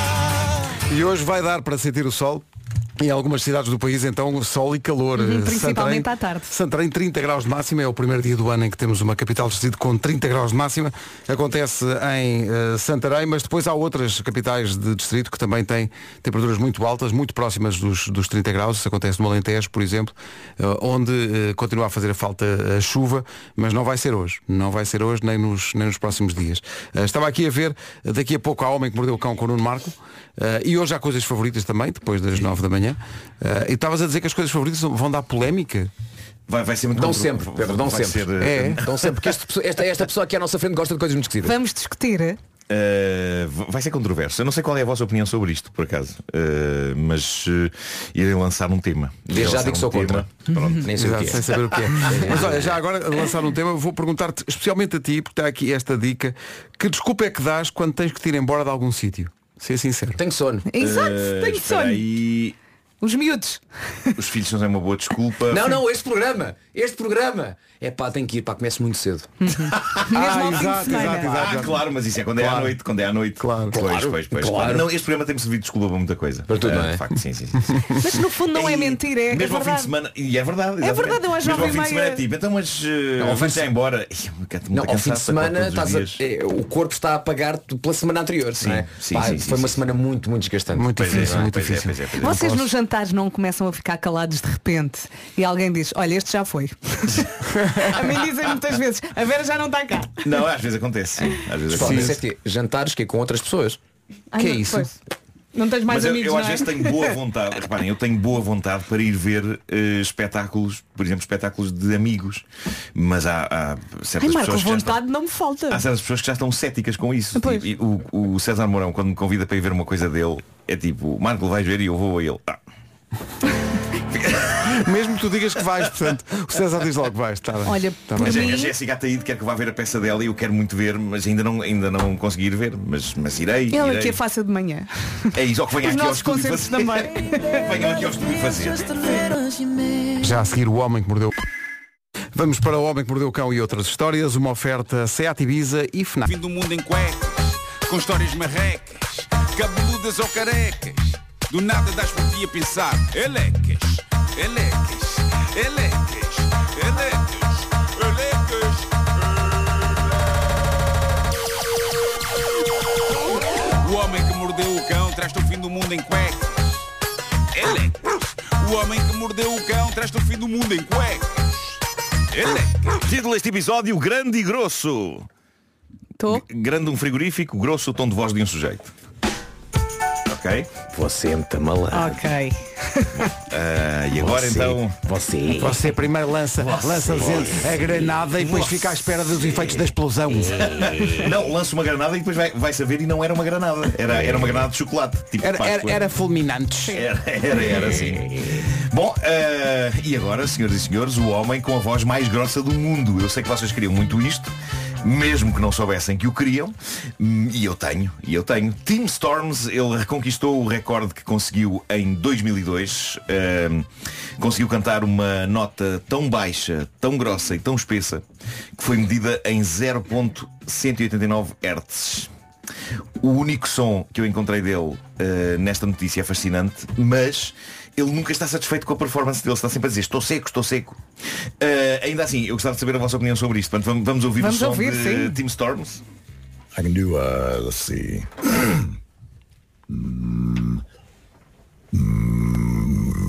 [SPEAKER 1] E hoje vai dar para sentir o sol. Em algumas cidades do país, então, sol e calor.
[SPEAKER 4] Uhum,
[SPEAKER 1] Eh,
[SPEAKER 4] principalmente
[SPEAKER 1] Santarém-
[SPEAKER 4] à tarde.
[SPEAKER 1] Santarém, 30 graus de máxima. É o primeiro dia do ano em que temos uma capital distrito com 30 graus de máxima. Acontece em eh, Santarém, mas depois há outras capitais de distrito que também têm temperaturas muito altas, muito próximas dos, dos 30 graus. Isso acontece no Alentejo, por exemplo, eh, onde eh, continua a fazer falta a chuva, mas não vai ser hoje. Não vai ser hoje, nem nos, nem nos próximos dias. Eh, estava aqui a ver, eh, daqui a pouco, há Homem que Mordeu o Cão com o Nuno Marco. Eh, e hoje há coisas favoritas também, depois das 9 da manhã. Eh, e estavas a dizer que as coisas favoritas vão dar polémica?
[SPEAKER 11] Vai, vai ser muito
[SPEAKER 3] Dão
[SPEAKER 11] contro-
[SPEAKER 3] sempre, Pedro, dão
[SPEAKER 11] vai
[SPEAKER 3] sempre.
[SPEAKER 11] ser,
[SPEAKER 1] É.
[SPEAKER 11] eh,
[SPEAKER 3] Então sempre, porque este- esta, esta pessoa aqui à nossa frente gosta de coisas muito esquisitas.
[SPEAKER 4] Vamos discutir. eh?
[SPEAKER 11] Uh, v- vai ser controverso. Eu não sei qual é a vossa opinião sobre isto, por acaso. Uh, mas uh, irem lançar um tema.
[SPEAKER 3] Desde já
[SPEAKER 11] Lançar
[SPEAKER 3] digo que sou
[SPEAKER 11] tema.
[SPEAKER 3] contra.
[SPEAKER 11] Pronto.
[SPEAKER 3] Nem sei o
[SPEAKER 1] Exato,
[SPEAKER 3] que é.
[SPEAKER 1] sem saber o que é. Mas olha, já agora lançar um tema, vou perguntar-te especialmente a ti, porque está aqui esta dica, que desculpa é que dás quando tens que te ir embora de algum sítio? Ser sincero.
[SPEAKER 3] Tenho sono.
[SPEAKER 4] Exato,
[SPEAKER 11] Eh,
[SPEAKER 4] tenho
[SPEAKER 11] espera
[SPEAKER 4] sono.
[SPEAKER 11] aí.
[SPEAKER 4] Os miúdos.
[SPEAKER 11] Os filhos não é uma boa desculpa.
[SPEAKER 3] Não, não, este programa, este programa. É pá, tem que ir, pá, começo muito cedo.
[SPEAKER 4] Mesmo ao fim de
[SPEAKER 1] exato,
[SPEAKER 4] semana.
[SPEAKER 1] exato, exato,
[SPEAKER 11] Ah,
[SPEAKER 1] exato.
[SPEAKER 11] claro, mas isso é quando é à
[SPEAKER 1] Claro.
[SPEAKER 11] noite, quando é à noite.
[SPEAKER 1] Claro.
[SPEAKER 11] Pois, pois, pois.
[SPEAKER 3] Claro.
[SPEAKER 11] Não, este programa tem-me servido de desculpa para muita coisa.
[SPEAKER 3] Para tudo,
[SPEAKER 11] Eh,
[SPEAKER 3] não é?
[SPEAKER 11] De facto, sim, sim. sim, sim.
[SPEAKER 4] Mas no fundo não é
[SPEAKER 11] E
[SPEAKER 4] mentira, é, é
[SPEAKER 11] Mesmo ao fim
[SPEAKER 4] verdade.
[SPEAKER 11] de semana, e é verdade. exatamente.
[SPEAKER 4] verdade, eu às
[SPEAKER 11] Mesmo ao
[SPEAKER 4] nove e
[SPEAKER 11] fim de semana
[SPEAKER 4] meia-
[SPEAKER 11] é tipo, então mas
[SPEAKER 3] Não, ao
[SPEAKER 11] uh,
[SPEAKER 3] fim de
[SPEAKER 11] vamos já
[SPEAKER 3] se-
[SPEAKER 11] embora. Ih, eu estou muito
[SPEAKER 3] Não, ao fim
[SPEAKER 11] cansado,
[SPEAKER 3] de semana
[SPEAKER 11] acordo todos os
[SPEAKER 3] estás a-
[SPEAKER 11] dias.
[SPEAKER 3] é, o corpo está a pagar tu- pela semana anterior. não é?
[SPEAKER 11] sim,
[SPEAKER 3] Pá,
[SPEAKER 11] sim, sim,
[SPEAKER 3] foi uma
[SPEAKER 11] sim.
[SPEAKER 3] semana muito, muito desgastante.
[SPEAKER 1] Muito
[SPEAKER 11] Pois é,
[SPEAKER 1] difícil,
[SPEAKER 11] não é?
[SPEAKER 1] muito
[SPEAKER 11] Pois é,
[SPEAKER 1] difícil.
[SPEAKER 11] pois é, pois é.
[SPEAKER 4] Vocês nos jantares não começam a ficar calados de repente e alguém diz, olha, este já foi. a mim dizem muitas vezes, a Vera já não está cá.
[SPEAKER 11] Não, às vezes acontece. é. sim. Às vezes
[SPEAKER 3] Pá,
[SPEAKER 11] acontece.
[SPEAKER 3] mas é que jantares que é com outras pessoas.
[SPEAKER 4] Ai,
[SPEAKER 11] Que é
[SPEAKER 4] não,
[SPEAKER 11] isso?
[SPEAKER 4] pois. Não tens mais
[SPEAKER 11] Mas eu-
[SPEAKER 4] amigos,
[SPEAKER 11] eu,
[SPEAKER 4] não
[SPEAKER 11] às
[SPEAKER 4] é?
[SPEAKER 11] vezes tenho boa vontade, reparem, eu tenho boa vontade para ir ver eh, espetáculos, por exemplo, espetáculos de amigos. Mas há, há
[SPEAKER 13] Ai,
[SPEAKER 11] certas
[SPEAKER 13] Marco,
[SPEAKER 11] pessoas que já estão-
[SPEAKER 13] vontade não me falta.
[SPEAKER 11] Há certas pessoas que já estão céticas com isso. E- e o, o César Mourão, quando me convida para ir ver uma coisa dele, é tipo, Marco, vais ver e eu vou a ele. Ah,
[SPEAKER 1] Mesmo que tu digas que vais, portanto, o César diz logo que vais. Tá bem.
[SPEAKER 4] Olha,
[SPEAKER 11] tá
[SPEAKER 4] por
[SPEAKER 11] bem. Mas
[SPEAKER 13] Uhum.
[SPEAKER 4] mim-
[SPEAKER 11] a Jéssica Ataíde quer que vá ver a peça dela e eu quero muito ver, mas ainda não, ainda não consegui ir ver. Mas, mas irei.
[SPEAKER 4] Ele
[SPEAKER 11] irei.
[SPEAKER 4] aqui é fácil de manhã.
[SPEAKER 11] É isso, ou que venha
[SPEAKER 4] Os
[SPEAKER 11] aqui ao
[SPEAKER 4] nossos
[SPEAKER 11] estúdio
[SPEAKER 4] concertos
[SPEAKER 11] fazer.
[SPEAKER 4] também.
[SPEAKER 11] Venham aqui ao estúdio fazer.
[SPEAKER 1] Já a seguir o Homem que Mordeu. Vamos para o Homem que Mordeu o Cão e outras histórias, uma oferta Seat Ibiza e FNAC.
[SPEAKER 14] Fim do mundo em cuecas, com histórias marrecas, cabeludas ou carecas. Do nada das por ti a pensar. Elecas, elecas, elecas, elecas, elecas. O homem que mordeu o cão traz-te o fim do mundo em cuecas. Elecas. O homem que mordeu o cão traz-te o fim do mundo em cuecas. Elecas.
[SPEAKER 11] Título deste episódio, grande e grosso. G- Grande um frigorífico, grosso o tom de voz de um sujeito. Ok?
[SPEAKER 3] Você é muito malandro.
[SPEAKER 4] Ok.
[SPEAKER 11] Ah, e agora
[SPEAKER 1] Você-
[SPEAKER 11] então.
[SPEAKER 3] Você.
[SPEAKER 1] Você primeiro lança, lança gente, a granada e depois fica à espera dos efeitos da explosão.
[SPEAKER 11] Não, lança uma granada e depois vai, vai saber e não era uma granada. Era, era uma granada de chocolate. Tipo
[SPEAKER 1] Era,
[SPEAKER 11] Páscoa.
[SPEAKER 1] era, era fulminantes.
[SPEAKER 11] Era, era, era assim. Bom, eh, e agora, senhoras e senhores, o homem com a voz mais grossa do mundo. Eu sei que vocês queriam muito isto, mesmo que não soubessem que o queriam, Hum, e eu tenho, e eu tenho. Tim Storms, ele reconquistou o recorde que conseguiu em 2002. Ehm, conseguiu cantar uma nota tão baixa, tão grossa e tão espessa, que foi medida em 0.189 Hz. O único som que eu encontrei dele eh, nesta notícia é fascinante, mas ele nunca está satisfeito com a performance dele. Está sempre a dizer estou seco, estou seco. Eh, ainda assim, eu gostava de saber a vossa opinião sobre isto. Portanto, vamos, vamos ouvir
[SPEAKER 15] Vamos
[SPEAKER 11] o som
[SPEAKER 15] ouvir,
[SPEAKER 11] de
[SPEAKER 15] sim.
[SPEAKER 11] Tim Storms.
[SPEAKER 15] I can do, uh, let's see.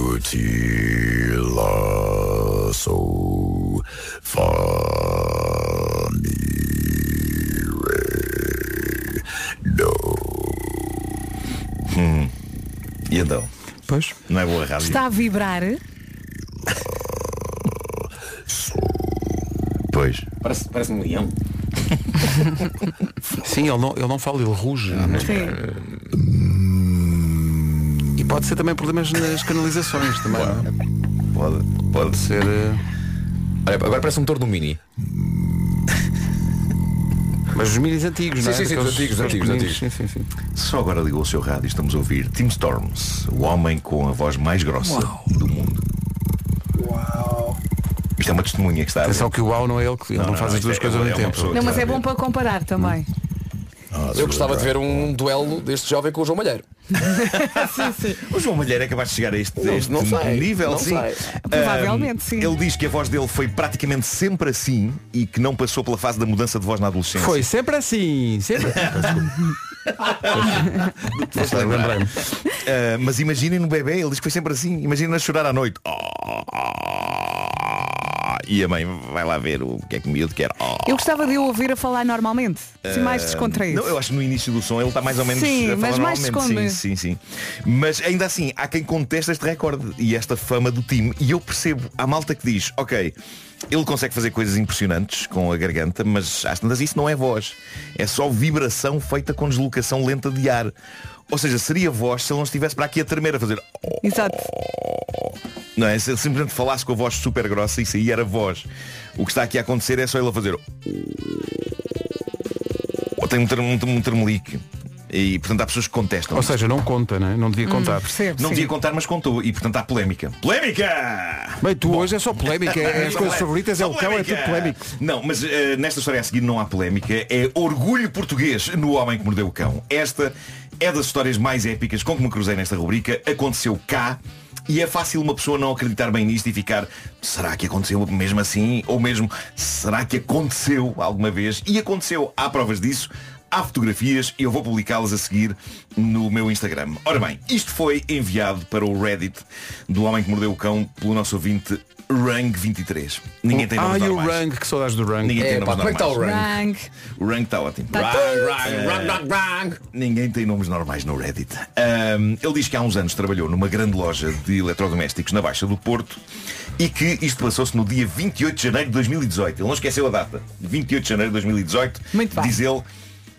[SPEAKER 15] Dirty lasso for me.
[SPEAKER 11] Hum. E então?
[SPEAKER 1] Pois.
[SPEAKER 11] Não é boa rádio.
[SPEAKER 4] Está a vibrar.
[SPEAKER 11] Pois.
[SPEAKER 3] Parece, parece um leão.
[SPEAKER 1] Sim, ele não, ele não fala, ele ruge. E pode ser também problemas nas canalizações também. é?
[SPEAKER 11] Pode, pode
[SPEAKER 1] ser. eh,
[SPEAKER 3] Olha, agora parece um torno mini.
[SPEAKER 1] Mas os minis antigos, não é?
[SPEAKER 3] Sim, sim, sim, os
[SPEAKER 1] Aqueles-
[SPEAKER 3] antigos,
[SPEAKER 1] aqueles
[SPEAKER 3] antigos,
[SPEAKER 1] pequeninos.
[SPEAKER 3] antigos.
[SPEAKER 1] Sim, sim, sim.
[SPEAKER 11] Só agora ligou o seu rádio e estamos a ouvir Tim Storms, o homem com a voz mais grossa do mundo. Isto é uma testemunha que está a ver.
[SPEAKER 1] Atenção que o uau não é ele que ele não, faz as
[SPEAKER 11] isto
[SPEAKER 1] duas
[SPEAKER 11] é-
[SPEAKER 1] coisas ao
[SPEAKER 11] é
[SPEAKER 1] mesmo
[SPEAKER 11] uma
[SPEAKER 1] tempo.
[SPEAKER 11] pessoa
[SPEAKER 4] Não,
[SPEAKER 11] que
[SPEAKER 4] mas
[SPEAKER 11] está
[SPEAKER 4] é
[SPEAKER 11] a ver.
[SPEAKER 4] bom para comparar também.
[SPEAKER 3] Eu gostava de ver um duelo deste jovem com o João Malheiro.
[SPEAKER 11] O João Malheiro é capaz de chegar a este,
[SPEAKER 3] Não-
[SPEAKER 11] este
[SPEAKER 3] não sei,
[SPEAKER 11] nível,
[SPEAKER 3] não
[SPEAKER 11] sim.
[SPEAKER 3] sei.
[SPEAKER 11] Ahm,
[SPEAKER 4] Provavelmente, sim.
[SPEAKER 11] Ele diz que a voz dele foi praticamente sempre assim e que não passou pela fase da mudança de voz na adolescência.
[SPEAKER 1] Foi sempre assim, sempre.
[SPEAKER 11] Foste lembrar. Ah, mas imaginem no bebê, ele diz que foi sempre assim. Imaginem a chorar à noite. Oh, E a mãe vai lá ver o que é que o miúdo quer.
[SPEAKER 4] Eu gostava de o ouvir a falar normalmente. Se mais
[SPEAKER 11] Ah,
[SPEAKER 4] descontraído.
[SPEAKER 11] Não, eu acho que no início do som ele está mais ou menos
[SPEAKER 4] Sim,
[SPEAKER 11] a falar
[SPEAKER 4] mas mais
[SPEAKER 11] normalmente.
[SPEAKER 4] esconde.
[SPEAKER 11] Sim, sim, sim. Mas ainda assim, há quem conteste este recorde e esta fama do time. E eu percebo, há malta que diz, ok, ele consegue fazer coisas impressionantes com a garganta, mas às tantas isso não é voz. É só vibração feita com deslocação lenta de ar. Ou seja, seria voz se ele não estivesse para aqui a tremer, a fazer
[SPEAKER 4] Exato.
[SPEAKER 11] não é? Se ele simplesmente falasse com a voz super grossa, isso aí era voz. O que está aqui a acontecer é só ele a fazer. Ou tem um, term, um, um tremelique. E portanto há pessoas que contestam.
[SPEAKER 1] Ou
[SPEAKER 11] isto.
[SPEAKER 1] seja, não conta, né? não
[SPEAKER 11] Hum,
[SPEAKER 1] devia contar.
[SPEAKER 11] não devia contar, mas contou. E portanto há polémica. Polémica!
[SPEAKER 1] Bem, tu hoje é só polémica, é, é as coisas favoritas, é o cão, é tudo polémico.
[SPEAKER 11] Não, mas eh, nesta história a seguir não há polémica. É orgulho português no homem que mordeu o cão. Esta é das histórias mais épicas com que me cruzei nesta rubrica. Aconteceu cá. E é fácil uma pessoa não acreditar bem nisto e ficar Será que aconteceu mesmo assim? Ou mesmo Será que aconteceu alguma vez? E aconteceu, há provas disso Há fotografias e eu vou publicá-las a seguir no meu Instagram. Ora bem, isto foi enviado para o Reddit do Homem que Mordeu o Cão pelo nosso ouvinte Rang23. Ninguém tem nomes
[SPEAKER 1] Ai, o
[SPEAKER 11] normais.
[SPEAKER 1] Rang, que saudades do Rang.
[SPEAKER 11] Ninguém tem nomes normais.
[SPEAKER 4] Rang.
[SPEAKER 11] O rank está ótimo.
[SPEAKER 4] Tá
[SPEAKER 11] Rank,
[SPEAKER 4] tudo.
[SPEAKER 11] rank, rank, rank, rank. Eh, Ninguém tem nomes normais no Reddit. Ahm, ele diz que há uns anos trabalhou numa grande loja de eletrodomésticos na Baixa do Porto e que isto passou-se no dia 28 de janeiro de 2018. Ele não esqueceu a data. 28 de janeiro de 2018.
[SPEAKER 4] Muito bem.
[SPEAKER 11] Diz ele.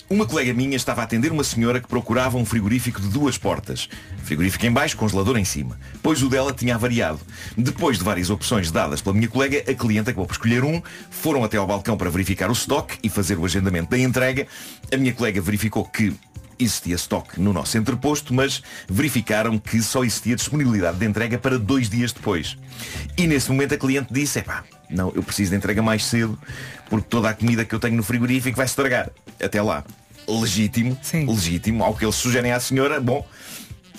[SPEAKER 11] Uma colega minha estava a atender uma senhora que procurava um frigorífico de duas portas. Frigorífico em baixo, congelador em cima. Pois o dela tinha avariado. Depois de várias opções dadas pela minha colega, a cliente acabou por escolher um, foram até ao balcão para verificar o estoque e fazer o agendamento da entrega. A minha colega verificou que existia estoque no nosso entreposto, mas verificaram que só existia disponibilidade de entrega para dois dias depois. E nesse momento a cliente disse, epá, não, eu preciso de entrega mais cedo, porque toda a comida que eu tenho no frigorífico vai estragar. Até lá. Legítimo, legítimo, ao que eles sugerem à senhora, bom,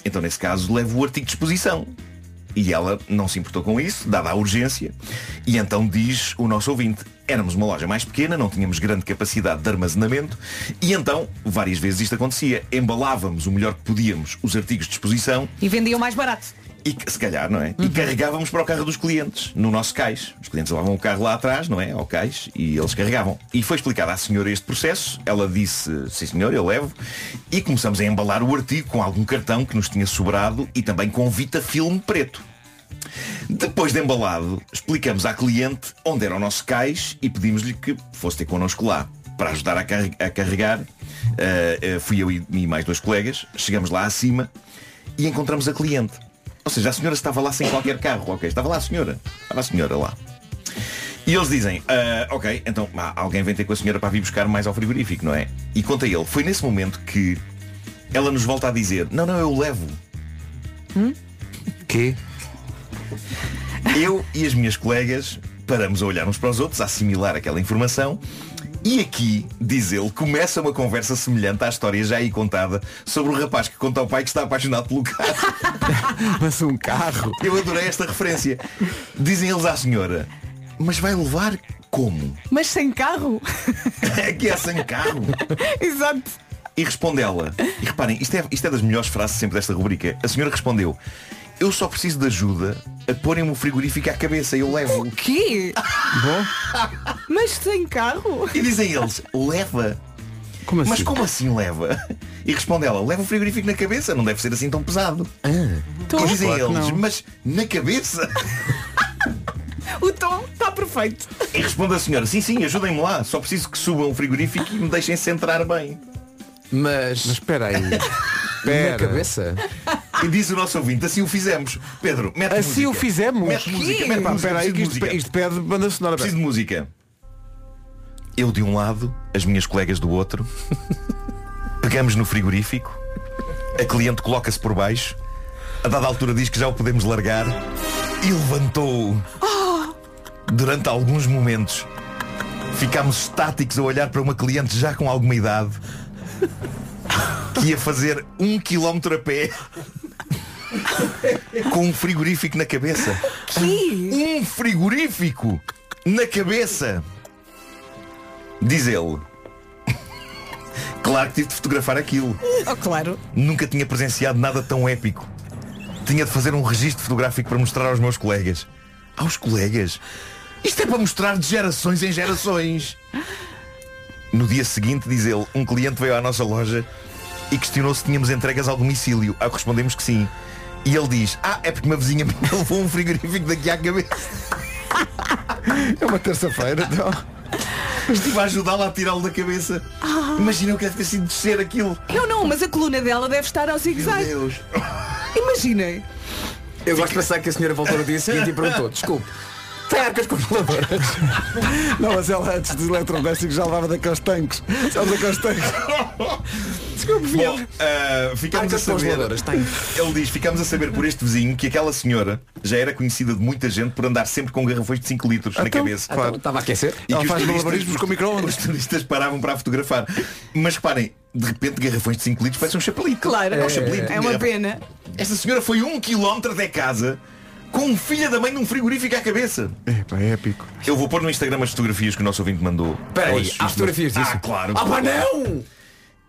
[SPEAKER 11] então nesse caso levo o artigo de exposição. E ela não se importou com isso, dada a urgência, e então diz o nosso ouvinte, éramos uma loja mais pequena, não tínhamos grande capacidade de armazenamento, e então, várias vezes isto acontecia, embalávamos o melhor que podíamos os artigos de exposição
[SPEAKER 4] E vendiam mais barato.
[SPEAKER 11] e que- se calhar, não é? E carregávamos para o carro dos clientes, no nosso cais. Os clientes levavam o carro lá atrás, não é? Ao cais, e eles carregavam. E foi explicado à senhora este processo. Ela disse, sim senhor, eu levo. E começamos a embalar o artigo com algum cartão que nos tinha sobrado e também com vitafilme preto. Depois de embalado, explicamos à cliente onde era o nosso cais e pedimos-lhe que fosse ter connosco lá para ajudar a, carre- a carregar. Ah, ah, fui eu e, e mais dois colegas, chegamos lá acima e encontramos a cliente. Ou seja, a senhora estava lá sem qualquer carro, ok? Estava lá a senhora. Estava a senhora lá. E eles dizem, "Ah, ok, então ah, alguém vem ter com a senhora para vir buscar mais ao frigorífico, não é? E conta ele, foi nesse momento que ela nos volta a dizer, não, não, eu levo.
[SPEAKER 5] Hum?
[SPEAKER 11] Quê? Eu e as minhas colegas paramos a olhar uns para os outros, a assimilar aquela informação. E aqui, diz ele, começa uma conversa semelhante à história já aí contada sobre o rapaz que conta ao pai que está apaixonado pelo carro.
[SPEAKER 1] Mas um carro.
[SPEAKER 11] Eu adorei esta referência. Dizem eles à senhora, mas vai levar como?
[SPEAKER 4] Mas sem carro.
[SPEAKER 11] É que é sem carro.
[SPEAKER 4] Exato.
[SPEAKER 11] E responde ela. E reparem, isto é, isto é das melhores frases sempre desta rubrica. A senhora respondeu, eu só preciso de ajuda a porem-me o frigorífico à cabeça e eu levo.
[SPEAKER 4] O quê?
[SPEAKER 11] Bom.
[SPEAKER 4] Mas sem carro?
[SPEAKER 11] E dizem eles, leva. Mas como assim leva? E responde ela, leva o frigorífico na cabeça, não deve ser assim tão pesado.
[SPEAKER 4] Então,
[SPEAKER 11] e dizem
[SPEAKER 4] claro que
[SPEAKER 11] eles,
[SPEAKER 4] não.
[SPEAKER 11] mas na cabeça?
[SPEAKER 4] O tom está perfeito.
[SPEAKER 11] E responde a senhora, sim, sim, ajudem-me lá, só preciso que subam o frigorífico e me deixem centrar bem.
[SPEAKER 3] Mas.
[SPEAKER 1] espera aí.
[SPEAKER 11] Na cabeça? E diz o nosso ouvinte, assim o fizemos. Pedro, mete
[SPEAKER 1] Assim
[SPEAKER 11] música.
[SPEAKER 1] o fizemos.
[SPEAKER 11] Mete música, mete
[SPEAKER 1] Pá,
[SPEAKER 11] música.
[SPEAKER 1] espera aí, que
[SPEAKER 11] preciso de
[SPEAKER 1] isto,
[SPEAKER 11] música.
[SPEAKER 1] isto pede banda sonora.
[SPEAKER 11] Preciso de música. Eu de um lado, as minhas colegas do outro. Pegamos no frigorífico. A cliente coloca-se por baixo. A dada altura diz que já o podemos largar. E levantou-o. Durante alguns momentos, ficámos estáticos a olhar para uma cliente já com alguma idade que ia fazer um quilómetro a pé com um frigorífico na cabeça. Um frigorífico na cabeça. Diz ele. Claro que tive de fotografar aquilo.
[SPEAKER 4] Oh, claro.
[SPEAKER 11] Nunca tinha presenciado nada tão épico. Tinha de fazer um registro fotográfico para mostrar aos meus colegas. Aos colegas? Isto é para mostrar de gerações em gerações. No dia seguinte, diz ele, um cliente veio à nossa loja e questionou se tínhamos entregas ao domicílio. Ao que respondemos que sim. E ele diz, ah, é porque uma vizinha minha levou um frigorífico daqui à cabeça. É uma terça-feira, então. Mas estive a ajudá-la a tirá-lo da cabeça. Imagina o que deve ter sido descer aquilo.
[SPEAKER 4] Eu não, mas a coluna dela deve estar ao zigue-zague.
[SPEAKER 11] Meu Deus.
[SPEAKER 4] Imaginem.
[SPEAKER 3] Eu gosto de pensar que a senhora voltou no dia seguinte e perguntou, desculpe, tem arcas congeladoras?
[SPEAKER 1] Não, mas ela antes dos eletrodomésticos já levava daqueles tanques. Sabe daqueles tanques?
[SPEAKER 11] Desculpe, Bom, ah, ficamos a
[SPEAKER 3] Arcas
[SPEAKER 11] saber.
[SPEAKER 3] congeladoras, tem.
[SPEAKER 11] Ele diz, ficamos a saber por este vizinho que aquela senhora já era conhecida de muita gente por andar sempre com garrafões de 5 litros na
[SPEAKER 1] Então,
[SPEAKER 11] cabeça.
[SPEAKER 1] claro. Então, estava a aquecer.
[SPEAKER 11] E
[SPEAKER 1] Ela
[SPEAKER 11] que os
[SPEAKER 1] faz
[SPEAKER 11] turistas-
[SPEAKER 1] malabarismos com
[SPEAKER 11] Os
[SPEAKER 1] micro-ondas.
[SPEAKER 11] turistas paravam para a fotografar. Mas reparem, de repente garrafões de 5 litros parece um chapelito.
[SPEAKER 4] Claro.
[SPEAKER 11] é um chapelito.
[SPEAKER 4] É uma
[SPEAKER 11] Garrafão.
[SPEAKER 4] pena.
[SPEAKER 11] Esta senhora foi um quilómetro até casa com um filho da mãe num frigorífico à cabeça.
[SPEAKER 1] É, pá, é épico.
[SPEAKER 11] Eu vou pôr no Instagram as fotografias que o nosso ouvinte mandou.
[SPEAKER 3] Peraí,
[SPEAKER 11] Hoje,
[SPEAKER 3] há
[SPEAKER 11] isto-
[SPEAKER 3] fotografias disso?
[SPEAKER 11] Ah, claro.
[SPEAKER 3] Ah, pá, não!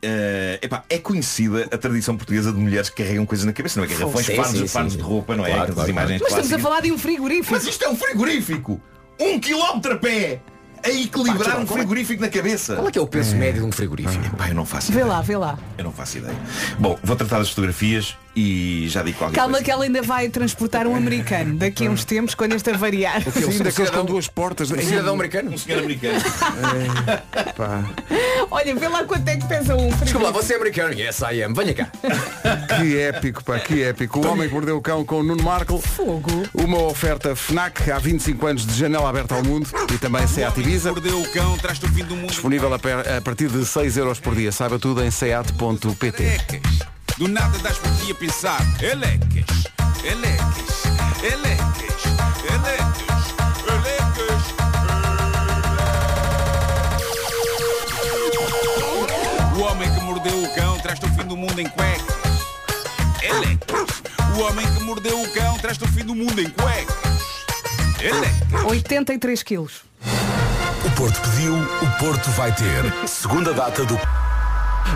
[SPEAKER 11] eh, epá, é conhecida a tradição portuguesa de mulheres que carregam coisas na cabeça, não é? Garrafões,
[SPEAKER 3] Sim, sim,
[SPEAKER 11] fardos,
[SPEAKER 3] sim.
[SPEAKER 11] fardos de roupa, não é?
[SPEAKER 3] Claro,
[SPEAKER 11] Aquelas
[SPEAKER 3] claro,
[SPEAKER 11] imagens
[SPEAKER 4] Mas estamos a
[SPEAKER 11] clássicas.
[SPEAKER 4] falar de um frigorífico.
[SPEAKER 11] Mas isto é um frigorífico! Um quilómetro a pé! A equilibrar
[SPEAKER 3] é
[SPEAKER 11] um frigorífico na cabeça! Qual é que é o peso médio de um frigorífico? Epá, eu não faço
[SPEAKER 4] Vê
[SPEAKER 11] ideia.
[SPEAKER 4] lá, vê lá.
[SPEAKER 11] Eu não faço ideia. Bom, vou tratar das fotografias e já digo qualquer
[SPEAKER 4] Calma
[SPEAKER 11] coisa.
[SPEAKER 4] que ela ainda vai transportar um americano daqui a uns tempos, quando este variar.
[SPEAKER 1] duas portas.
[SPEAKER 3] Um cidadão americano?
[SPEAKER 11] Um senhor americano.
[SPEAKER 4] Olha, vê lá quanto é que pesa um frigorífico.
[SPEAKER 3] Desculpa lá, você é americano. Yes, I am. Venha cá.
[SPEAKER 1] Que épico, pá, que épico. O Homem que Mordeu o Cão com o Nuno Marco.
[SPEAKER 4] Fogo.
[SPEAKER 1] Uma oferta FNAC há 25 anos de janela aberta ao mundo e também SEAT Ibiza.
[SPEAKER 14] Mordeu o cão, traz-te o fim do mundo.
[SPEAKER 1] Disponível a, per- a partir de 6 euros por dia. Saiba tudo em seat.pt.
[SPEAKER 14] Do nada das por ti a pensar. Eleques, eleques, eleques, eleques, eleques. O homem que mordeu o cão traz-te o fim do mundo em cuecas. Eleques. O homem que mordeu o cão traz-te o fim do mundo em cuecas. Eleques.
[SPEAKER 4] 83 quilos.
[SPEAKER 9] O Porto pediu, o Porto vai ter. Segunda data do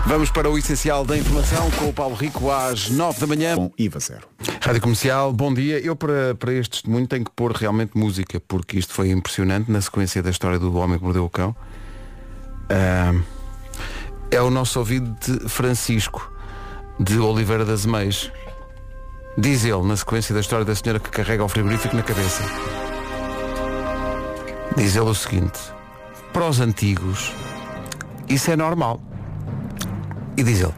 [SPEAKER 1] Vamos para o essencial da informação com o Paulo Rico às 9 da manhã.
[SPEAKER 7] Com IVA zero.
[SPEAKER 1] Rádio Comercial, bom dia. Eu para, para este testemunho tenho que pôr realmente música, porque isto foi impressionante na sequência da história do homem que mordeu o cão. Ahm, é o nosso ouvinte Francisco, de Oliveira das Meias. Diz ele, na sequência da história da senhora que carrega o frigorífico na cabeça. Diz ele o seguinte, para os antigos, isso é normal. E diz ele,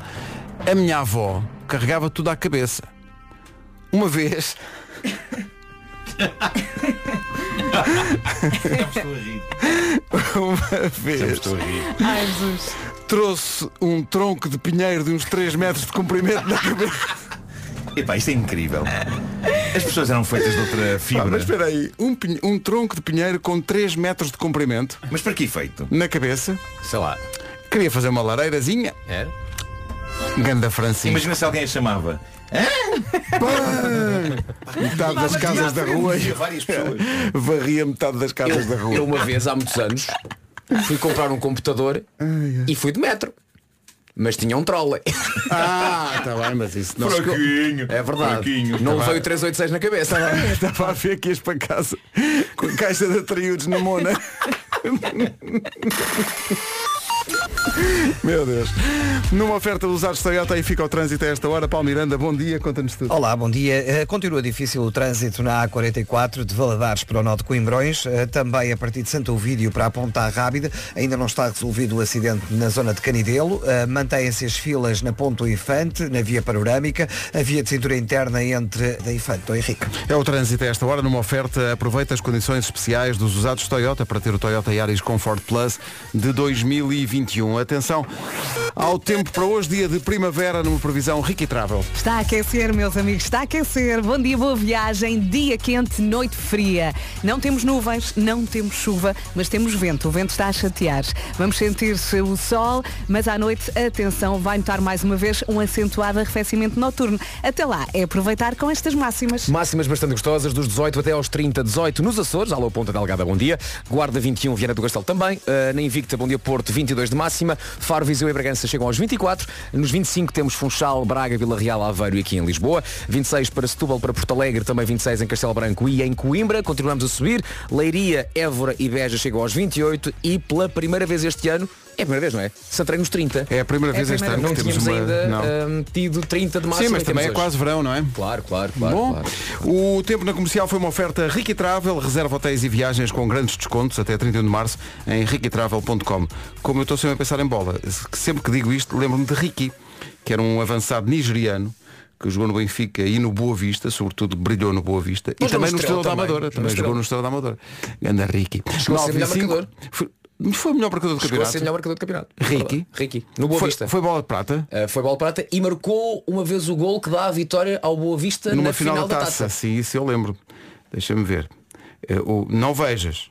[SPEAKER 1] a minha avó carregava tudo à cabeça. Uma vez. Uma vez
[SPEAKER 4] Ai, Jesus.
[SPEAKER 1] trouxe um tronco de pinheiro de uns 3 metros de comprimento na cabeça.
[SPEAKER 11] Epá, isto é incrível. As pessoas eram feitas de outra fibra.
[SPEAKER 1] Pá, mas espera aí, um, pinhe- um tronco de pinheiro com 3 metros de comprimento
[SPEAKER 11] Mas para que efeito?
[SPEAKER 1] na cabeça.
[SPEAKER 3] Sei lá.
[SPEAKER 1] Queria fazer uma lareirazinha.
[SPEAKER 3] É?
[SPEAKER 1] Ganda Francisco.
[SPEAKER 11] Imagina se alguém a chamava.
[SPEAKER 1] Metade das casas da rua.
[SPEAKER 11] Havia várias pessoas.
[SPEAKER 1] Varria metade das casas da
[SPEAKER 3] Eu
[SPEAKER 1] rua.
[SPEAKER 3] uma vez, há muitos anos, fui comprar um computador e fui de metro. Mas tinha um trolley.
[SPEAKER 1] Ah, está bem, mas isso não se...
[SPEAKER 11] Fraquinho. tá
[SPEAKER 3] É verdade.
[SPEAKER 11] Fraquinho.
[SPEAKER 3] Não levei o 386 na cabeça.
[SPEAKER 1] Estava a ver aqui as para casa com a caixa de atriúdos na mona. Meu Deus. Numa oferta dos usados Toyota aí fica o trânsito a esta hora. Paulo Miranda, bom dia, conta-nos tudo.
[SPEAKER 6] Olá, bom dia. Eh, Continua difícil o trânsito na A44 de Valadares para o Nó de Coimbrões, eh, também a partir de Santo Ovídio para a Ponta Rábida. Ainda não está resolvido o acidente na zona de Canidelo. Eh, Mantêm-se as filas na Ponto Infante, na Via Panorâmica, a via de cintura interna entre da Infante e Henrique.
[SPEAKER 1] É o trânsito a esta hora numa oferta. Aproveita as condições especiais dos usados Toyota para ter o Toyota Yaris Comfort Plus de 2021. Atenção ao tempo para hoje, dia de primavera, numa previsão rica e travel.
[SPEAKER 4] Está a aquecer, meus amigos, está a aquecer. Bom dia, boa viagem, dia quente, noite fria. Não temos nuvens, não temos chuva, mas temos vento. O vento está a chatear. Vamos sentir-se o sol, mas à noite, atenção, vai notar mais uma vez um acentuado arrefecimento noturno. Até lá, é aproveitar com estas máximas.
[SPEAKER 3] Máximas bastante gostosas, dos 18 até aos 30, 18 nos Açores, alô Ponta Delgada, bom dia. Guarda 21, Viana do Castelo também. Eh, na Invicta, bom dia Porto, 22 de máxima. Faro, Viseu e Bragança chegam aos 24. Nos 25 temos Funchal, Braga, Vila Real, Aveiro e aqui em Lisboa. 26 para Setúbal, para Porto Alegre, também 26 em Castelo Branco e em Coimbra. Continuamos a subir. Leiria, Évora e Beja chegam aos 28 e pela primeira vez este ano, é a primeira vez, não é? Santarém nos 30.
[SPEAKER 1] É a primeira vez
[SPEAKER 4] É a
[SPEAKER 1] este
[SPEAKER 4] primeira
[SPEAKER 1] ano
[SPEAKER 3] Não
[SPEAKER 1] que temos
[SPEAKER 3] tínhamos
[SPEAKER 1] uma.
[SPEAKER 3] ainda
[SPEAKER 1] Não.
[SPEAKER 3] ehm, tido 30 de máxima.
[SPEAKER 1] Sim, mas
[SPEAKER 3] e
[SPEAKER 1] também é
[SPEAKER 3] temos hoje.
[SPEAKER 1] quase verão, não é?
[SPEAKER 3] Claro, claro, claro.
[SPEAKER 1] Bom,
[SPEAKER 3] claro.
[SPEAKER 1] o tempo na comercial foi uma oferta Ricky Travel, reserva hotéis e viagens com grandes descontos até 31 de março em riquitravel.com. Como eu estou sempre a pensar em bola, se- sempre que digo isto, lembro-me de Ricky, que era um avançado nigeriano que jogou no Benfica e no Boa Vista, sobretudo brilhou no Boa Vista, e
[SPEAKER 3] Mas
[SPEAKER 1] também
[SPEAKER 3] no
[SPEAKER 1] no
[SPEAKER 3] Estrela
[SPEAKER 1] Estrela da
[SPEAKER 3] também,
[SPEAKER 1] Amadora,
[SPEAKER 3] no
[SPEAKER 1] também
[SPEAKER 3] Estrela.
[SPEAKER 1] jogou no Estrela da Amadora. Ganda Ricky.
[SPEAKER 3] Chegou a ser
[SPEAKER 1] 9 e
[SPEAKER 3] melhor
[SPEAKER 1] 5,
[SPEAKER 3] marcador.
[SPEAKER 1] Foi, foi o melhor marcador do
[SPEAKER 3] Chegou a
[SPEAKER 1] campeonato.
[SPEAKER 3] ser melhor marcador do campeonato. É
[SPEAKER 1] Ricky?
[SPEAKER 3] Ricky. No Boa
[SPEAKER 1] foi,
[SPEAKER 3] Vista. Foi...
[SPEAKER 1] foi bola de prata?
[SPEAKER 3] foi bola de prata e marcou uma vez o gol que dá a vitória ao Boa Vista
[SPEAKER 1] numa
[SPEAKER 3] na
[SPEAKER 1] final, da taça.
[SPEAKER 3] taça.
[SPEAKER 1] Sim, isso eu lembro. Deixa-me ver. Eh, o- não vejas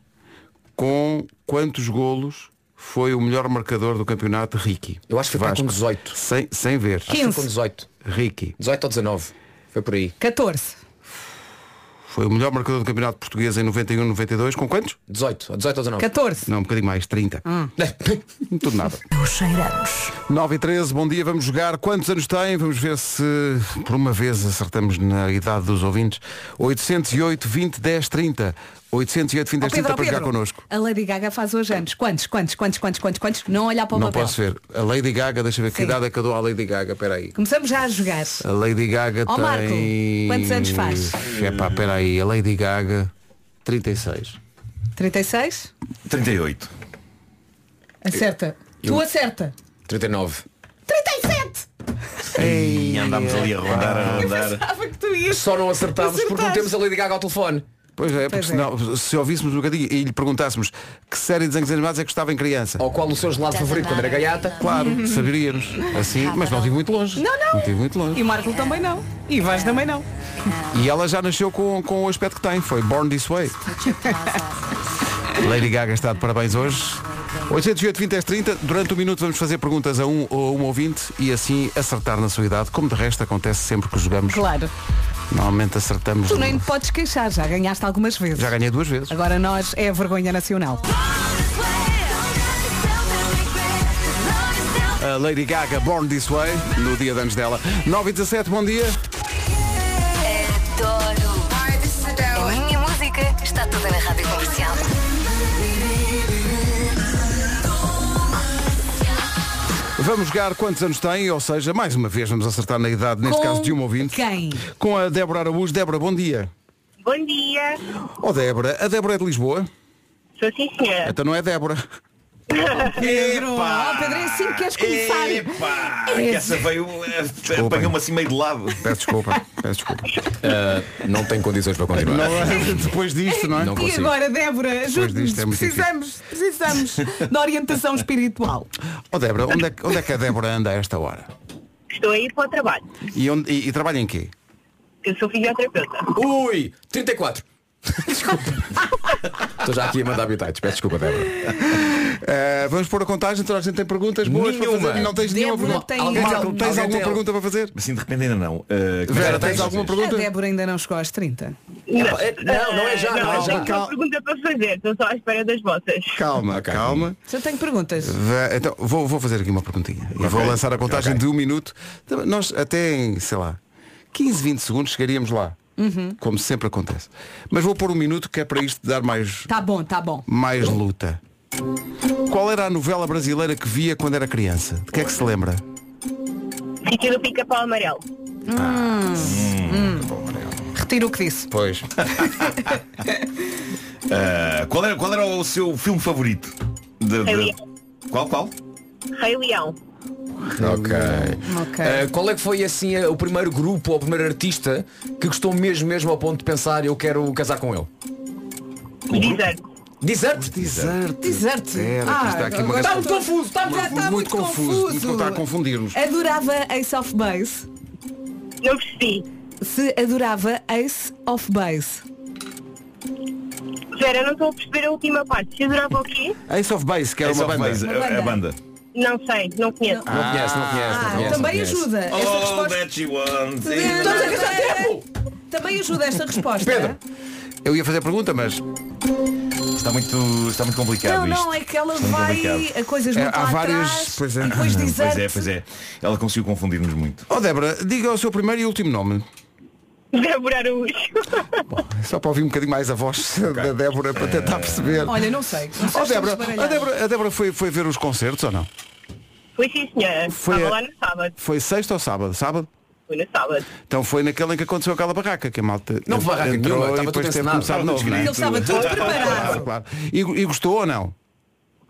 [SPEAKER 1] com quantos golos foi o melhor marcador do campeonato Ricky.
[SPEAKER 3] Eu acho que foi para com 18.
[SPEAKER 1] Sem, sem ver.
[SPEAKER 3] Acho que foi com 18.
[SPEAKER 1] Ricky.
[SPEAKER 3] 18 ou 19. Foi por aí.
[SPEAKER 4] 14.
[SPEAKER 1] Foi o melhor marcador do Campeonato Português em 91-92. Com quantos?
[SPEAKER 3] 18. 18 ou 19.
[SPEAKER 4] 14.
[SPEAKER 1] Não, um bocadinho mais. 30. Tudo nada.
[SPEAKER 4] Os Hum. cheiramos.
[SPEAKER 1] 9 e 13, bom dia, vamos jogar quantos anos tem, vamos ver se por uma vez acertamos na idade dos ouvintes. 808 20 10 30. 808 20
[SPEAKER 4] Ó
[SPEAKER 1] 10
[SPEAKER 4] Pedro,
[SPEAKER 1] 30
[SPEAKER 4] ó
[SPEAKER 1] para jogar
[SPEAKER 4] Pedro,
[SPEAKER 1] connosco.
[SPEAKER 4] A Lady Gaga faz hoje anos. Quantos, quantos, quantos, quantos, quantos, quantos? Não olhar para o
[SPEAKER 1] Não
[SPEAKER 4] papel.
[SPEAKER 1] posso ver. A Lady Gaga, deixa eu ver que
[SPEAKER 4] Sim.
[SPEAKER 1] idade é que eu dou à Lady Gaga, peraí.
[SPEAKER 4] Começamos já a jogar.
[SPEAKER 1] A Lady Gaga
[SPEAKER 4] Ó,
[SPEAKER 1] tem.
[SPEAKER 4] Marco, quantos anos faz?
[SPEAKER 1] Epá, peraí, a Lady Gaga 36.
[SPEAKER 4] 36?
[SPEAKER 11] 38.
[SPEAKER 4] Acerta.
[SPEAKER 3] Eu-
[SPEAKER 4] Tu acerta.
[SPEAKER 3] 39.
[SPEAKER 4] 37!
[SPEAKER 11] E andámos ali a rondar, a rondar.
[SPEAKER 3] Só não acertámos porque não temos a Lady Gaga ao telefone.
[SPEAKER 1] Pois é, porque senão, se ouvíssemos um bocadinho e lhe perguntássemos que série de desenhos animados é que gostava em criança.
[SPEAKER 3] Ou qual o seu gelado favorito quando era gaiata?
[SPEAKER 4] Uhum.
[SPEAKER 1] Claro, saberíamos. Assim, mas não estive muito longe.
[SPEAKER 4] Ah, tá Não, não.
[SPEAKER 1] estive muito longe.
[SPEAKER 4] E Marco também não. E Vais também não.
[SPEAKER 1] E ela já nasceu com, com o aspecto que tem, foi Born This Way. Lady Gaga está de parabéns hoje. 808 20 30 durante um minuto vamos fazer perguntas a um ou a um ouvinte e assim acertar na sua idade, como de resto acontece sempre que jogamos.
[SPEAKER 4] Claro.
[SPEAKER 1] Normalmente acertamos.
[SPEAKER 4] Tu nem te podes queixar, já ganhaste algumas vezes.
[SPEAKER 1] Já ganhei duas vezes.
[SPEAKER 4] Agora nós é a vergonha nacional.
[SPEAKER 1] A Lady Gaga Born This Way, no dia de anos dela. 9 e 17, bom dia.
[SPEAKER 13] Adoro. A minha música está toda na rádio comercial.
[SPEAKER 1] Vamos jogar quantos anos tem, ou seja, mais uma vez vamos acertar na idade, neste
[SPEAKER 16] Com
[SPEAKER 1] caso de um ouvinte.
[SPEAKER 4] Quem?
[SPEAKER 1] Com a Débora Araújo. Débora, bom dia.
[SPEAKER 16] Bom dia.
[SPEAKER 1] Ó Débora, a Débora é de Lisboa?
[SPEAKER 16] Sou sim, senhor.
[SPEAKER 1] Então não é Débora.
[SPEAKER 4] Pedro, ó, Pedro, é assim que queres começar.
[SPEAKER 11] Epá,
[SPEAKER 4] É
[SPEAKER 11] que
[SPEAKER 4] assim.
[SPEAKER 11] essa veio, eh, apanhou-me assim meio de lado.
[SPEAKER 1] Peço desculpa, peço desculpa.
[SPEAKER 3] não tenho condições para continuar.
[SPEAKER 1] depois disto, não é?
[SPEAKER 3] Não
[SPEAKER 4] E
[SPEAKER 3] consigo.
[SPEAKER 4] agora, Débora, ajude-nos.
[SPEAKER 1] disto é muito
[SPEAKER 4] precisamos, precisamos da orientação espiritual.
[SPEAKER 1] Ó Débora, onde é, que- onde é que a Débora anda a esta hora?
[SPEAKER 16] Estou aí para o trabalho.
[SPEAKER 1] E, onde, e, e trabalha em quê?
[SPEAKER 16] Eu sou fisioterapeuta.
[SPEAKER 3] Ui, 34. desculpa. Estou já aqui a mandar habitats. Peço desculpa, Débora.
[SPEAKER 1] Eh, vamos pôr a contagem, toda a gente tem perguntas boas para fazer.
[SPEAKER 11] Nenhuma.
[SPEAKER 1] e Não tens nenhuma
[SPEAKER 4] Débora
[SPEAKER 1] pergunta.
[SPEAKER 4] tem-
[SPEAKER 1] Alguém-
[SPEAKER 4] Alguém-
[SPEAKER 1] um Marco, tens
[SPEAKER 4] alguém
[SPEAKER 1] alguma
[SPEAKER 4] tem-
[SPEAKER 1] pergunta para fazer?
[SPEAKER 11] Assim de repente ainda não. Uh,
[SPEAKER 1] Vera, tens alguma
[SPEAKER 4] A Débora ainda não chegou às 30.
[SPEAKER 16] não,
[SPEAKER 4] não é já, não é
[SPEAKER 16] eu
[SPEAKER 4] já.
[SPEAKER 16] tenho
[SPEAKER 4] Calma.
[SPEAKER 16] uma pergunta para fazer. Estou só à espera das vossas.
[SPEAKER 1] Calma, calma.
[SPEAKER 4] Já tenho perguntas.
[SPEAKER 1] Ve- Então, vou, vou fazer aqui uma perguntinha. E vou lançar a contagem de um minuto. Então, Nós até em, sei lá, 15, 20 segundos chegaríamos lá.
[SPEAKER 4] Uhum.
[SPEAKER 1] Como sempre acontece. Mas vou pôr um minuto que é para isto dar mais,
[SPEAKER 4] Tá bom, tá bom.
[SPEAKER 1] mais luta. Qual era a novela brasileira que via quando era criança? De que é que se lembra?
[SPEAKER 16] Fica no pica-pau amarelo.
[SPEAKER 4] Hum. Retiro o que disse.
[SPEAKER 1] Pois.
[SPEAKER 11] Eh, qual, era, qual era o seu filme favorito? De- de-
[SPEAKER 16] Rei
[SPEAKER 11] Qual, qual?
[SPEAKER 16] Rei Leão.
[SPEAKER 3] Ok. Eh, qual é que foi assim eh, o primeiro grupo ou o primeiro artista que gostou mesmo mesmo ao ponto de pensar eu quero casar com ele?
[SPEAKER 4] É
[SPEAKER 16] Desert.
[SPEAKER 3] Desert?
[SPEAKER 1] Desert.
[SPEAKER 4] Desert.
[SPEAKER 1] Era, que É, está aqui uma
[SPEAKER 4] está muito Ah, tá
[SPEAKER 1] questão-
[SPEAKER 4] confuso, está muito,
[SPEAKER 1] Muito
[SPEAKER 4] está muito confuso.
[SPEAKER 1] muito- Está a confundir-nos.
[SPEAKER 4] Adorava Ace of Base.
[SPEAKER 16] Não percebi.
[SPEAKER 4] Se adorava Ace of Base.
[SPEAKER 16] Vera, não estou a perceber a última parte. Se adorava o quê?
[SPEAKER 1] Ace of Base, que era
[SPEAKER 11] Ace
[SPEAKER 1] uma
[SPEAKER 11] of
[SPEAKER 1] banda.
[SPEAKER 11] Base,
[SPEAKER 16] Uma
[SPEAKER 11] eh, a- a
[SPEAKER 16] banda.
[SPEAKER 11] banda.
[SPEAKER 16] Não sei, não conheço.
[SPEAKER 3] Não conhece, não conhece, não conhece.
[SPEAKER 4] Ah, também
[SPEAKER 3] não conhece.
[SPEAKER 4] ajuda. Essa
[SPEAKER 11] All
[SPEAKER 4] resposta-
[SPEAKER 11] that she wants.
[SPEAKER 4] Estamos a gastar tempo! Também ajuda esta resposta.
[SPEAKER 1] Pedro. Eu ia fazer a pergunta, mas
[SPEAKER 11] Está muito, está muito complicado
[SPEAKER 4] Não,
[SPEAKER 11] isto.
[SPEAKER 4] não, é que ela
[SPEAKER 11] Está muito
[SPEAKER 4] vai
[SPEAKER 11] complicado.
[SPEAKER 4] a coisas
[SPEAKER 1] É,
[SPEAKER 4] muito lá atrás e depois
[SPEAKER 11] Pois
[SPEAKER 4] diz
[SPEAKER 11] é, pois é. Ela conseguiu confundir-nos muito.
[SPEAKER 1] Ó oh, Débora, diga o seu primeiro e último nome.
[SPEAKER 16] Débora Araújo.
[SPEAKER 1] Só para ouvir um bocadinho mais a voz da Débora para tentar perceber.
[SPEAKER 4] Olha, não sei. Não sei
[SPEAKER 1] Ó
[SPEAKER 4] se
[SPEAKER 1] Débora,
[SPEAKER 4] estamos
[SPEAKER 1] a Débora, a Débora foi, foi ver os concertos ou não?
[SPEAKER 16] Foi sim, senhora.
[SPEAKER 1] Foi
[SPEAKER 16] Estava
[SPEAKER 1] a-
[SPEAKER 16] lá no sábado.
[SPEAKER 1] Foi sexta ou sábado? Sábado?
[SPEAKER 16] Foi no sábado.
[SPEAKER 1] Então foi naquele em que aconteceu aquela barraca, que a malta
[SPEAKER 3] Não houve barraca nenhuma,
[SPEAKER 1] entrou e
[SPEAKER 3] estava tudo
[SPEAKER 1] depois teve
[SPEAKER 3] encenado.
[SPEAKER 1] que começar de novo. não é?
[SPEAKER 4] Ele estava tudo preparado.
[SPEAKER 1] Claro, claro. E, e gostou ou não?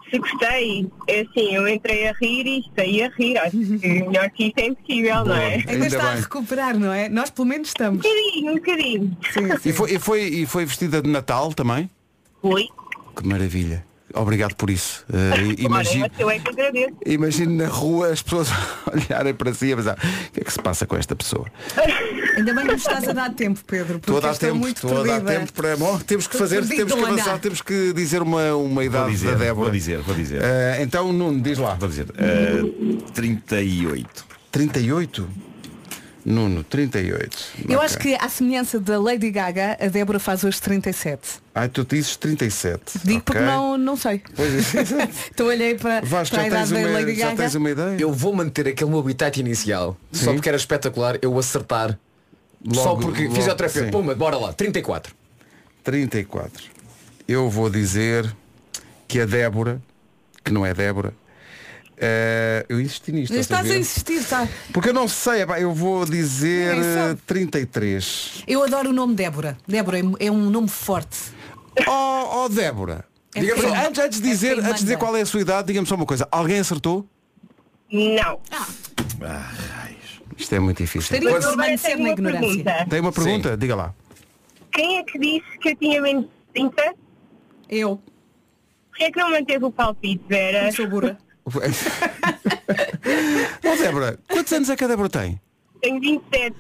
[SPEAKER 16] Se gostei, é assim, eu entrei a rir e saí a rir. Acho que melhor que isso é impossível, não é?
[SPEAKER 4] Ainda, está a recuperar, não é? Nós pelo menos estamos.
[SPEAKER 16] Um bocadinho, um bocadinho.
[SPEAKER 1] E foi, e, foi, e foi vestida de Natal também?
[SPEAKER 16] Foi.
[SPEAKER 1] Que maravilha. Obrigado por isso. Eh, e- imagino,
[SPEAKER 16] Ora, eu é que agradeço.
[SPEAKER 1] imagino na rua as pessoas olharem para si e pensar, o que é que se passa com esta pessoa?
[SPEAKER 4] Ainda bem que nos estás a dar tempo, Pedro, porque
[SPEAKER 1] Estou a dar
[SPEAKER 4] esta é
[SPEAKER 1] tempo,
[SPEAKER 4] muito
[SPEAKER 1] estou a dar
[SPEAKER 4] perdida. um
[SPEAKER 1] tempo para. Bom, temos que
[SPEAKER 4] Estou
[SPEAKER 1] fazer,
[SPEAKER 4] perdida,
[SPEAKER 1] temos que
[SPEAKER 4] Ana.
[SPEAKER 1] avançar, temos que dizer uma, uma idade
[SPEAKER 11] Vou dizer,
[SPEAKER 1] da Débora.
[SPEAKER 11] vou dizer, vou dizer.
[SPEAKER 1] Eh, então, Nuno, diz lá.
[SPEAKER 11] Vou dizer. eh, 38.
[SPEAKER 1] 38? Nuno, 38.
[SPEAKER 4] Eu acho que, à semelhança da Lady Gaga, a Débora faz hoje 37.
[SPEAKER 1] Ai, tu dizes 37.
[SPEAKER 4] Digo
[SPEAKER 1] ok.
[SPEAKER 4] porque não, não sei.
[SPEAKER 1] Pois é.
[SPEAKER 4] então olhei para,
[SPEAKER 1] Vasco,
[SPEAKER 4] para a
[SPEAKER 1] já
[SPEAKER 4] idade
[SPEAKER 1] tens
[SPEAKER 4] da
[SPEAKER 1] uma-
[SPEAKER 4] Lady
[SPEAKER 1] já
[SPEAKER 4] Gaga.
[SPEAKER 1] tens uma ideia?
[SPEAKER 3] Eu vou manter aquele meu habitat inicial. Só
[SPEAKER 1] Sim.
[SPEAKER 3] porque era espetacular eu acertar. só
[SPEAKER 1] Logo-
[SPEAKER 3] porque
[SPEAKER 1] logo,
[SPEAKER 3] fisioterapeuta.
[SPEAKER 1] sim.
[SPEAKER 3] Puma, bora lá. 34.
[SPEAKER 1] 34. Eu vou dizer que a Débora, que não é Débora, eh, eu insisti nisto.
[SPEAKER 4] Estás
[SPEAKER 1] estás a
[SPEAKER 4] a
[SPEAKER 1] ver?
[SPEAKER 4] insistir, tá? está.
[SPEAKER 1] Porque eu não sei, epá, eu vou dizer
[SPEAKER 4] Ninguém sabe.
[SPEAKER 1] eh, 33.
[SPEAKER 4] Eu adoro o nome Débora. Débora é- é um nome forte.
[SPEAKER 1] Oh, oh Débora.
[SPEAKER 4] É
[SPEAKER 1] Diga-me
[SPEAKER 4] quem-
[SPEAKER 1] só, antes, antes de
[SPEAKER 4] é
[SPEAKER 1] dizer,
[SPEAKER 4] quem
[SPEAKER 1] antes de dizer
[SPEAKER 4] manda.
[SPEAKER 1] qual é a sua idade, diga-me só uma coisa. Alguém acertou?
[SPEAKER 16] Não.
[SPEAKER 4] Ah,
[SPEAKER 1] Isto é muito difícil.
[SPEAKER 4] Gostaria
[SPEAKER 16] Mas
[SPEAKER 4] de
[SPEAKER 16] agora
[SPEAKER 4] permanecer
[SPEAKER 16] tenho
[SPEAKER 4] na
[SPEAKER 16] uma
[SPEAKER 4] ignorância.
[SPEAKER 16] pergunta.
[SPEAKER 1] Tem uma pergunta? Diga lá.
[SPEAKER 16] Quem é que disse que eu tinha menos de 30?
[SPEAKER 4] Eu.
[SPEAKER 16] Porquê é que não manteve o palpite, Vera?
[SPEAKER 4] Sou burra.
[SPEAKER 1] Ó Oh, Débora, quantos anos é que a Débora tem?
[SPEAKER 16] Tenho 27.
[SPEAKER 11] Então,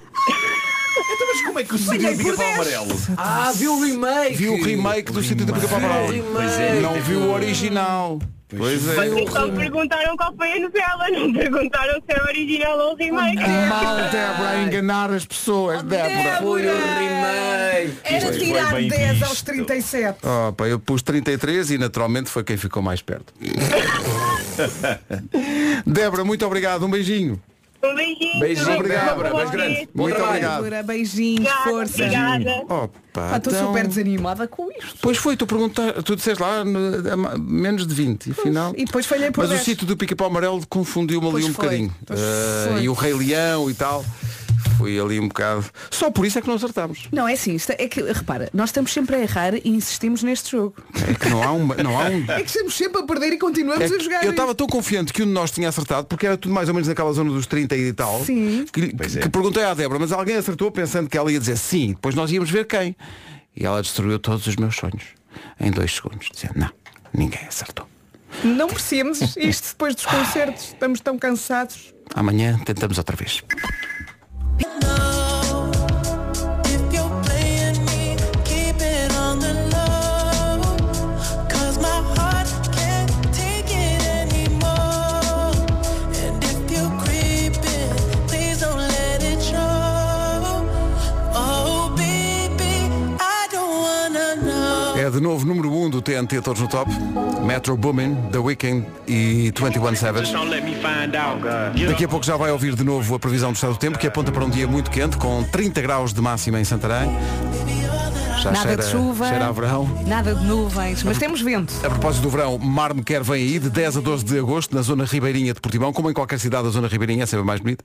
[SPEAKER 11] mas como é que o
[SPEAKER 16] Olha,
[SPEAKER 11] sítio do
[SPEAKER 16] por
[SPEAKER 11] Pica-Pau
[SPEAKER 16] dez.
[SPEAKER 11] Amarelo?
[SPEAKER 3] Ah, viu o remake.
[SPEAKER 1] Viu o remake do sítio do Pica-Pau Amarelo.
[SPEAKER 16] Pois é.
[SPEAKER 1] Não viu o original. Pois é.
[SPEAKER 16] Vocês só perguntaram qual foi a novela, não perguntaram se é original ou remake.
[SPEAKER 1] Mal, Débora, a enganar as
[SPEAKER 4] Oh,
[SPEAKER 1] pessoas, Débora.
[SPEAKER 3] Foi o remake.
[SPEAKER 16] É.
[SPEAKER 4] Era
[SPEAKER 1] Foi
[SPEAKER 4] tirar
[SPEAKER 1] bem
[SPEAKER 4] 10 aos
[SPEAKER 1] visto.
[SPEAKER 4] 37.
[SPEAKER 1] Oh, pá, eu pus 33 e naturalmente foi quem ficou mais perto. Débora, muito obrigado, um beijinho.
[SPEAKER 16] Um beijinho.
[SPEAKER 1] Beijinho,
[SPEAKER 16] tudo
[SPEAKER 1] obrigado,
[SPEAKER 16] bom,
[SPEAKER 1] Débora,
[SPEAKER 16] bom
[SPEAKER 1] mais
[SPEAKER 16] dia.
[SPEAKER 1] grande. Muito
[SPEAKER 4] Obrigada,
[SPEAKER 1] obrigado.
[SPEAKER 4] Débora. Beijinhos,
[SPEAKER 16] Obrigada,
[SPEAKER 4] força.
[SPEAKER 16] obrigada.
[SPEAKER 1] Opa,
[SPEAKER 4] Ah, Estou
[SPEAKER 1] então-
[SPEAKER 4] super desanimada com isto.
[SPEAKER 1] Pois foi, tu perguntaste, tu disseste lá no- a ma- menos de 20 e afinal.
[SPEAKER 4] E depois falhei por
[SPEAKER 1] Mas o
[SPEAKER 4] 10.
[SPEAKER 1] sítio do Pica-Pau Amarelo confundiu-me ali
[SPEAKER 4] Pois
[SPEAKER 1] um
[SPEAKER 4] foi,
[SPEAKER 1] bocadinho.
[SPEAKER 4] pois
[SPEAKER 1] Ah,
[SPEAKER 4] foi.
[SPEAKER 1] e o Rei Leão e tal. Fui ali um bocado. Só por isso é que não acertámos.
[SPEAKER 4] Não, é assim, isto é que, repara, nós estamos sempre a errar e insistimos neste jogo.
[SPEAKER 1] É que não há um. Não há um...
[SPEAKER 4] É que estamos sempre a perder e continuamos
[SPEAKER 1] É
[SPEAKER 4] a
[SPEAKER 1] que
[SPEAKER 4] jogar.
[SPEAKER 1] eu
[SPEAKER 4] isto.
[SPEAKER 1] estava tão confiante que um de nós tinha acertado, porque era tudo mais ou menos naquela zona dos 30 e tal.
[SPEAKER 4] Sim.
[SPEAKER 1] Que, que perguntei à Débora, mas alguém acertou pensando que ela ia dizer sim, depois nós íamos ver quem. E ela destruiu todos os meus sonhos em dois segundos, dizendo, não, ninguém acertou.
[SPEAKER 4] Não merecemos isto depois dos concertos. Estamos tão cansados.
[SPEAKER 1] Amanhã tentamos outra vez.
[SPEAKER 16] Oh,
[SPEAKER 1] É de novo número 1 um do TNT Todos no Top. Metro Boomin, The Weeknd e 21 Savage. Daqui a pouco já vai ouvir de novo a previsão do estado do tempo, que aponta para um dia muito quente, com 30 graus de máxima em Santarém. Já
[SPEAKER 4] Nada
[SPEAKER 1] cheira,
[SPEAKER 4] de chuva.
[SPEAKER 1] Cheira a verão.
[SPEAKER 4] Nada de nuvens, mas temos vento.
[SPEAKER 1] A propósito do verão, Marme Quer vem aí de 10 a 12 de agosto na zona ribeirinha de Portimão, como em qualquer cidade a zona ribeirinha é sempre mais bonita.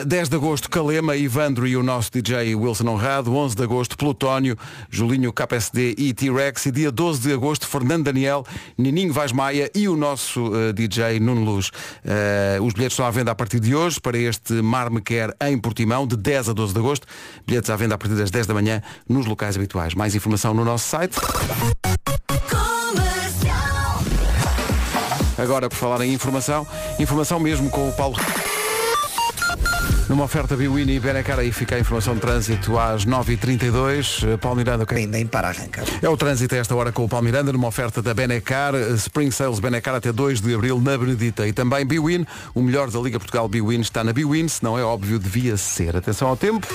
[SPEAKER 1] Uh, 10 de agosto, Calema, Ivandro e o nosso DJ Wilson Honrado. 11 de agosto, Plutónio, Julinho KPSD e T-Rex. E dia 12 de agosto, Fernando Daniel, Nininho Vaz Maia e o nosso uh, DJ Nuno Luz. Uh, os bilhetes estão à venda a partir de hoje para este Marme Quer em Portimão, de 10 a 12 de agosto. Bilhetes à venda a partir das 10 da manhã nos locais habituais. Mais informação no nosso site. Agora, por falar em informação, informação mesmo com o Paulo. Numa oferta Biwini e Benacar, aí fica a informação de trânsito às 9h32. Eh, Paulo Miranda, ok?
[SPEAKER 6] Ainda em para arrancar.
[SPEAKER 1] É o trânsito a esta hora com o Paulo Miranda, numa oferta da Benacar, eh, Spring Sales Benacar até 2 de Abril na Benedita. E também Biwin, o melhor da Liga Portugal Biwin está na Biwin, se não é óbvio, devia ser. Atenção ao tempo.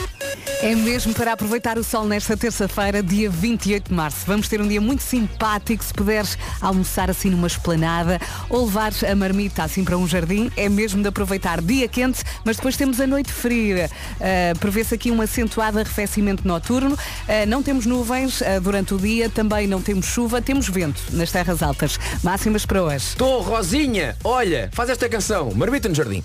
[SPEAKER 4] É mesmo para aproveitar o sol nesta terça-feira, dia 28 de março. Vamos ter um dia muito simpático. Se puderes almoçar assim numa esplanada ou levar a marmita assim para um jardim, é mesmo de aproveitar. Dia quente, mas depois temos a noite fria. Ah, Prevê-se aqui um acentuado arrefecimento noturno. Ah, não temos nuvens ah, durante o dia, também não temos chuva, temos vento nas terras altas. Máximas para hoje.
[SPEAKER 3] Tom Rosinha, olha, faz esta canção. Marmita no jardim.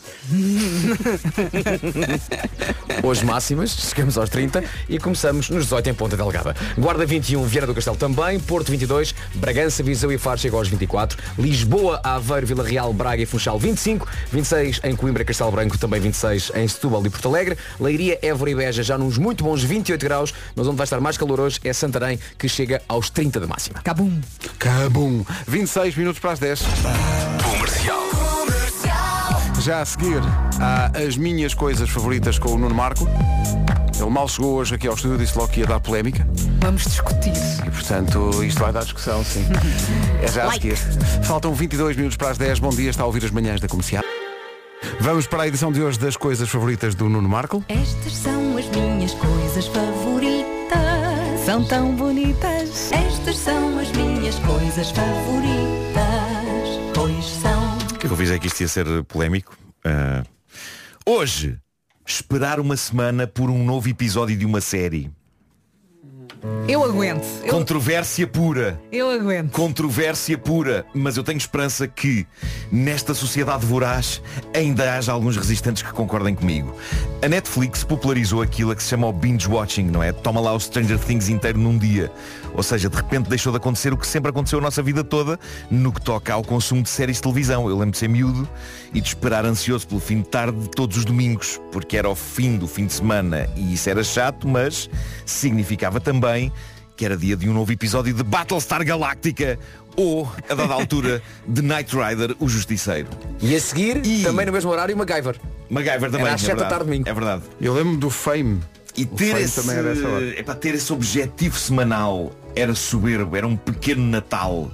[SPEAKER 3] Hoje máximas, chegamos aos 30 e começamos nos 18 em Ponta Delgada. Guarda 21, Vieira do Castelo também, Porto 22, Bragança, Viseu e Faro chegam aos 24, Lisboa, Aveiro, Vila Real, Braga e Funchal 25, 26 em Coimbra, Castelo Branco também 26 em Setúbal e Porto Alegre, Leiria, Évora e Beja já nos muito bons 28 graus, mas onde vai estar mais calor hoje é Santarém que chega aos 30 de máxima.
[SPEAKER 4] Cabum.
[SPEAKER 1] Cabum. 26 minutos para as 10.
[SPEAKER 9] Comercial.
[SPEAKER 1] Já a seguir há as minhas coisas favoritas com o Nuno Marco. Ele mal chegou hoje aqui ao estúdio, disse logo que ia dar polémica.
[SPEAKER 4] Vamos discutir.
[SPEAKER 1] E portanto isto vai dar discussão, sim. É já a seguir. Faltam 22 minutos para as 10. Bom dia, está a ouvir as manhãs da comercial. Vamos para a edição de hoje das coisas favoritas do Nuno Marco.
[SPEAKER 17] Estas são as minhas coisas favoritas.
[SPEAKER 4] São tão bonitas.
[SPEAKER 17] Estas são as minhas coisas favoritas. Pois são.
[SPEAKER 11] O que é que eu fiz é que isto ia ser polémico. Ah, hoje, esperar uma semana por um novo episódio de uma série.
[SPEAKER 4] Eu aguento. Eu,
[SPEAKER 11] Controvérsia pura.
[SPEAKER 4] eu aguento.
[SPEAKER 11] Controvérsia pura, mas eu tenho esperança que nesta sociedade voraz ainda haja alguns resistentes que concordem comigo. A Netflix popularizou aquilo a que se chama o binge watching, não é? Toma lá o Stranger Things inteiro num dia. Ou seja, de repente deixou de acontecer o que sempre aconteceu na nossa vida toda no que toca ao consumo de séries de televisão. Eu lembro de ser miúdo e de esperar ansioso pelo fim de tarde de todos os domingos, porque era o fim do fim de semana e isso era chato, mas significava também que era dia de um novo episódio de Battlestar Galactica ou, a dada altura, de Knight Rider, o Justiceiro.
[SPEAKER 3] E a seguir, também no mesmo horário, MacGyver.
[SPEAKER 11] Macgyver também,
[SPEAKER 3] Era às
[SPEAKER 11] é
[SPEAKER 3] 7 da
[SPEAKER 11] verdade.
[SPEAKER 3] tarde domingo.
[SPEAKER 11] É verdade.
[SPEAKER 1] Eu lembro do Fame.
[SPEAKER 11] E ter
[SPEAKER 1] Fame
[SPEAKER 11] esse,
[SPEAKER 1] também era essa hora.
[SPEAKER 11] é para ter esse objetivo semanal era soberbo, era um pequeno Natal.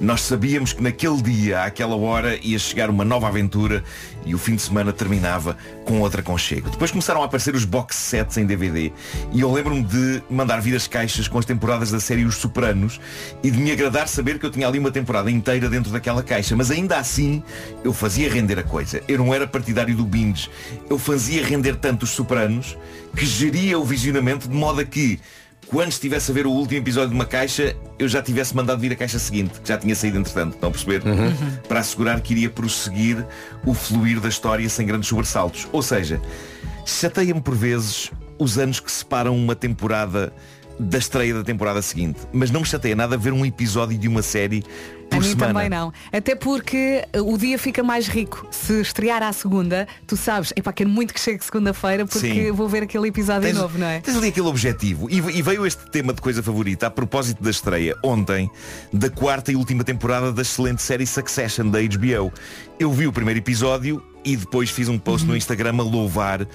[SPEAKER 11] Nós sabíamos que naquele dia, àquela hora, ia chegar uma nova aventura e o fim de semana terminava com outra conchego. Depois começaram a aparecer os box sets em DVD e eu lembro-me de mandar vir as caixas com as temporadas da série Os Sopranos e de me agradar saber que eu tinha ali uma temporada inteira dentro daquela caixa. Mas ainda assim eu fazia render a coisa. Eu não era partidário do binge. Eu fazia render tanto os Sopranos que geria o visionamento de modo a que quando estivesse a ver o último episódio de uma caixa, eu já tivesse mandado vir a caixa seguinte, que já tinha saído entretanto, estão a perceber? Uhum. Para assegurar que iria prosseguir o fluir da história sem grandes sobressaltos. Ou seja, chateia-me por vezes os anos que separam uma temporada da estreia da temporada seguinte. Mas não me chateia nada ver um episódio de uma série por
[SPEAKER 4] a mim
[SPEAKER 11] semana.
[SPEAKER 4] também não. Até porque uh, o dia fica mais rico. Se estrear à segunda, tu sabes, epá, quero muito que chegue segunda-feira porque
[SPEAKER 11] Sim.
[SPEAKER 4] vou ver aquele episódio
[SPEAKER 11] Tens-
[SPEAKER 4] novo, não é?
[SPEAKER 11] Tens ali aquele objetivo. E, e veio este tema de coisa favorita a propósito da estreia ontem da quarta e última temporada da excelente série Succession da HBO. Eu vi o primeiro episódio e depois fiz um
[SPEAKER 4] Uhum.
[SPEAKER 11] post no Instagram a louvar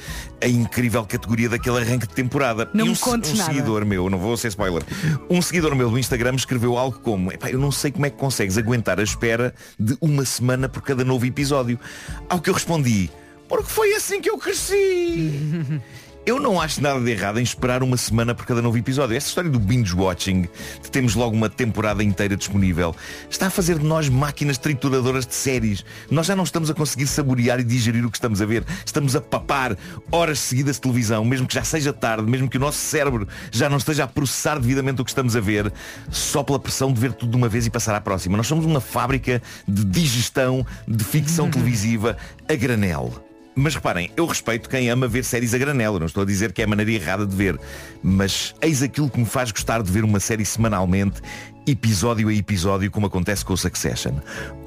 [SPEAKER 11] a incrível categoria daquele arranque de temporada.
[SPEAKER 4] Não
[SPEAKER 11] e um,
[SPEAKER 4] me
[SPEAKER 11] se-
[SPEAKER 4] contes
[SPEAKER 11] um
[SPEAKER 4] nada.
[SPEAKER 11] seguidor meu, não vou ser spoiler, um seguidor meu do Instagram escreveu algo como "Epá, eu não sei como é que consegues aguentar a espera de uma semana por cada novo episódio. Ao que eu respondi, porque foi assim que eu
[SPEAKER 4] Uhum.
[SPEAKER 11] cresci. Eu não acho nada de errado em esperar uma semana por cada novo episódio. Essa história do binge-watching, de termos logo uma temporada inteira disponível, está a fazer de nós máquinas trituradoras de séries. Nós já não estamos a conseguir saborear e digerir o que estamos a ver. Estamos a papar horas seguidas de televisão, mesmo que já seja tarde, mesmo que o nosso cérebro já não esteja a processar devidamente o que estamos a ver, só pela pressão de ver tudo de uma vez e passar à próxima. Nós somos uma fábrica de digestão, de ficção televisiva a granel. Mas reparem, eu respeito quem ama ver séries a granel, eu não estou a dizer que é a maneira errada de ver, mas eis aquilo que me faz gostar de ver uma série semanalmente, episódio a episódio, como acontece com o Succession.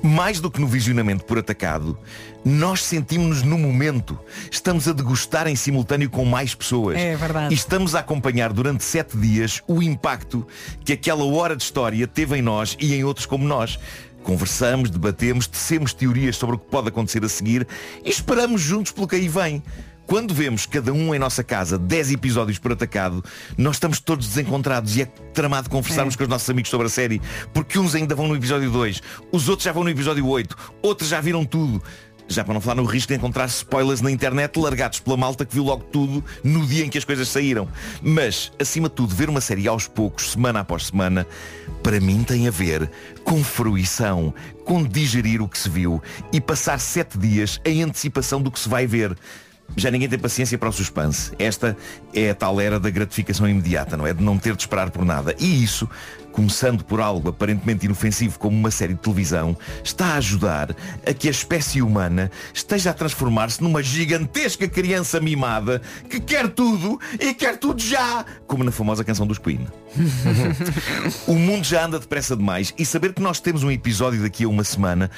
[SPEAKER 11] Mais do que no visionamento por atacado, nós sentimos-nos no momento. Estamos a degustar em simultâneo com mais pessoas.
[SPEAKER 4] É verdade.
[SPEAKER 11] E estamos a acompanhar durante sete dias o impacto que aquela hora de história teve em nós e em outros como nós. Conversamos, debatemos, tecemos teorias sobre o que pode acontecer a seguir e esperamos juntos pelo que aí vem. Quando vemos cada um em nossa casa 10 episódios por atacado, nós estamos todos desencontrados e é tramado conversarmos com os nossos amigos sobre a série, porque uns ainda vão no episódio 2, os outros já vão no episódio 8, outros já viram tudo. Já para não falar no risco de encontrar spoilers na internet largados pela malta que viu logo tudo no dia em que as coisas saíram. Mas, acima de tudo, ver uma série aos poucos, semana após semana, para mim tem a ver com fruição, com digerir o que se viu e passar sete dias em antecipação do que se vai ver. Já ninguém tem paciência para o suspense. Esta é a tal era da gratificação imediata, não é? De não ter de esperar por nada. E isso, começando por algo aparentemente inofensivo como uma série de televisão, está a ajudar a que a espécie humana esteja a transformar-se numa gigantesca criança mimada que quer tudo e quer tudo já, como na famosa canção dos Queen. O mundo já anda depressa demais e saber que nós temos um episódio daqui a uma semana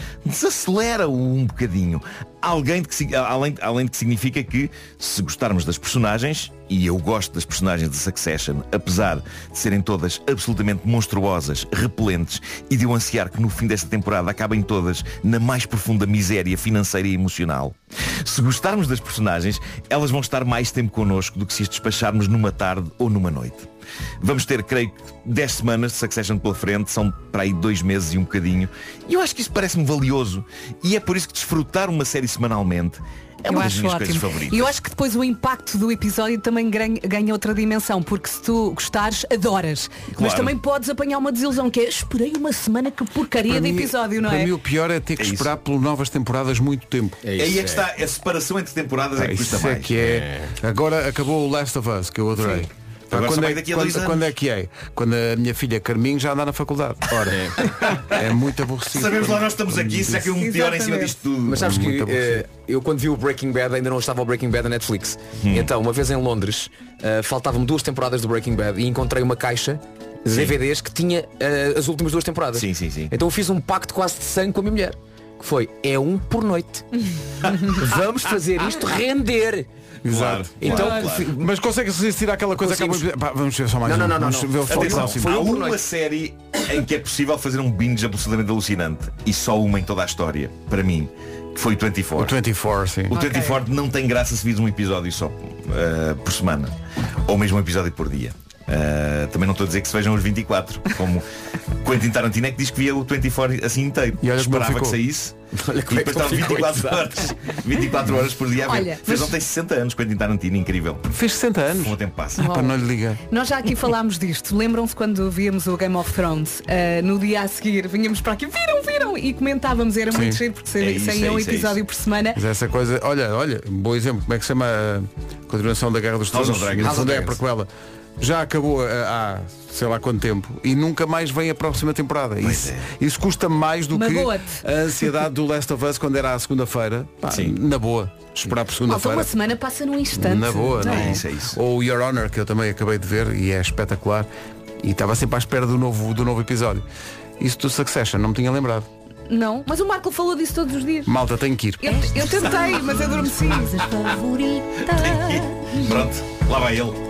[SPEAKER 11] desacelera-o um bocadinho. Alguém de que sig- além, além de que significa que, se gostarmos das personagens, e eu gosto das personagens de Succession, apesar de serem todas absolutamente monstruosas, monstruosas, repelentes e de eu ansiar que no fim desta temporada acabem todas na mais profunda miséria financeira e emocional. Se gostarmos das personagens, elas vão estar mais tempo connosco do que se as despacharmos numa tarde ou numa noite. Vamos ter, creio que, 10 semanas de Succession pela frente, são para aí dois meses e um bocadinho. E eu acho que isso parece-me valioso. E é por isso que desfrutar uma série semanalmente é uma
[SPEAKER 4] eu
[SPEAKER 11] das
[SPEAKER 4] acho
[SPEAKER 11] minhas coisas
[SPEAKER 4] ótimo.
[SPEAKER 11] favoritas.
[SPEAKER 4] E eu acho que depois o impacto do episódio também gran- ganha outra dimensão, porque se tu gostares, adoras. Mas
[SPEAKER 1] Claro.
[SPEAKER 4] também podes apanhar uma desilusão, que é esperei uma semana que porcaria
[SPEAKER 1] Para
[SPEAKER 4] de
[SPEAKER 1] mim-
[SPEAKER 4] episódio, não
[SPEAKER 1] para
[SPEAKER 4] é?
[SPEAKER 1] mim o pior é ter que
[SPEAKER 11] É isso.
[SPEAKER 1] esperar por novas temporadas muito tempo.
[SPEAKER 11] Aí é que está, a separação entre temporadas é
[SPEAKER 1] Ah,
[SPEAKER 11] que custa
[SPEAKER 1] isso é
[SPEAKER 11] mais.
[SPEAKER 1] que é. Agora acabou o Last of Us, que eu adorei. Pá,
[SPEAKER 11] Agora só
[SPEAKER 1] quando,
[SPEAKER 11] vai
[SPEAKER 1] é,
[SPEAKER 11] daqui a
[SPEAKER 1] quando,
[SPEAKER 11] dois anos.
[SPEAKER 1] quando é que é? Quando a minha filha Carminho já anda na faculdade. Ora, é, muito aborrecido.
[SPEAKER 11] Sabemos lá, nós estamos aqui, isso é que é um meteoro em cima disto tudo.
[SPEAKER 3] Mas sabes que
[SPEAKER 11] Muito aborrecido.
[SPEAKER 3] eh, eu quando vi o Breaking Bad ainda não estava o Breaking Bad na Netflix.
[SPEAKER 11] Hum.
[SPEAKER 3] Então, uma vez em Londres, eh, faltavam duas temporadas do Breaking Bad e encontrei uma caixa de
[SPEAKER 11] Sim.
[SPEAKER 3] DVDs que tinha eh, as últimas duas temporadas.
[SPEAKER 11] Sim, sim, sim.
[SPEAKER 3] Então eu fiz um pacto quase de sangue com a minha mulher. Que foi, é um por noite. Vamos fazer isto render.
[SPEAKER 1] Exato.
[SPEAKER 3] Então,
[SPEAKER 1] Claro.
[SPEAKER 3] fi-
[SPEAKER 1] Mas consegue resistir àquela coisa que acabamos de
[SPEAKER 3] Conseguimos.
[SPEAKER 1] dizer? Pá, Vamos ver só mais
[SPEAKER 3] Não,
[SPEAKER 1] um. é?
[SPEAKER 3] não, não,
[SPEAKER 1] Vamos
[SPEAKER 3] não, não.
[SPEAKER 1] ver o
[SPEAKER 3] Atenção,
[SPEAKER 1] próximo.
[SPEAKER 3] foi
[SPEAKER 11] Há
[SPEAKER 3] um por
[SPEAKER 11] uma
[SPEAKER 3] noite.
[SPEAKER 11] série em que é possível fazer um binge absolutamente alucinante e só uma em toda a história, para mim, que foi o 24.
[SPEAKER 1] O 24, sim.
[SPEAKER 11] O 24 não tem graça se vires um episódio só eh, por semana. Ou mesmo um episódio por dia. Eh, também não estou a dizer que se vejam os 24, como Quentin Tarantino é que diz que via o 24 assim inteiro.
[SPEAKER 1] E olha como
[SPEAKER 11] Esperava
[SPEAKER 1] ficou.
[SPEAKER 11] que saísse.
[SPEAKER 1] Olha como
[SPEAKER 11] e
[SPEAKER 1] é que
[SPEAKER 11] depois estava
[SPEAKER 1] ele ficou,
[SPEAKER 11] 24 horas, 24 horas por dia a ver.
[SPEAKER 4] Olha,
[SPEAKER 11] Fez
[SPEAKER 4] mas-
[SPEAKER 11] ontem 60 anos Quentin Tarantino, incrível.
[SPEAKER 1] Fez 60 anos.
[SPEAKER 11] Como o tempo passa.
[SPEAKER 4] Uau. Pá, não
[SPEAKER 1] lhe liga.
[SPEAKER 4] Nós já aqui falámos disto. Lembram-se quando víamos o Game of Thrones? Ah, no dia a seguir, vinhamos para aqui, viram, viram, e comentávamos, era muito
[SPEAKER 1] Sim.
[SPEAKER 4] giro porque
[SPEAKER 1] É
[SPEAKER 4] saía,
[SPEAKER 1] isso,
[SPEAKER 4] saía
[SPEAKER 1] é
[SPEAKER 4] um
[SPEAKER 1] isso, é
[SPEAKER 4] episódio por semana.
[SPEAKER 1] Mas essa coisa, olha, olha, um bom exemplo, como é que se chama a continuação da Guerra dos
[SPEAKER 11] House
[SPEAKER 1] Tronos?
[SPEAKER 11] of Dragons.
[SPEAKER 1] No fundo é
[SPEAKER 11] House
[SPEAKER 1] a
[SPEAKER 11] of
[SPEAKER 1] prequela. Já acabou eh, há sei lá quanto tempo e nunca mais vem a próxima temporada. Isso,
[SPEAKER 11] é.
[SPEAKER 1] isso custa mais do
[SPEAKER 4] Magoa-te.
[SPEAKER 1] que a ansiedade do Last of Us quando era à segunda-feira. Pá, Na boa. Esperar por
[SPEAKER 4] Falta uma
[SPEAKER 1] segunda-feira.
[SPEAKER 4] semana, passa num instante.
[SPEAKER 1] Na boa, não
[SPEAKER 4] é?
[SPEAKER 1] Ou Your Honor, que eu também acabei de ver e é espetacular. E estava sempre à espera do novo, do novo episódio. Isso do Succession, não me tinha lembrado.
[SPEAKER 4] Não, mas o Marco falou disso todos os dias.
[SPEAKER 1] Malta, tenho que ir.
[SPEAKER 4] Eu, eu tentei, mas adormeci.
[SPEAKER 11] Pronto, lá vai ele.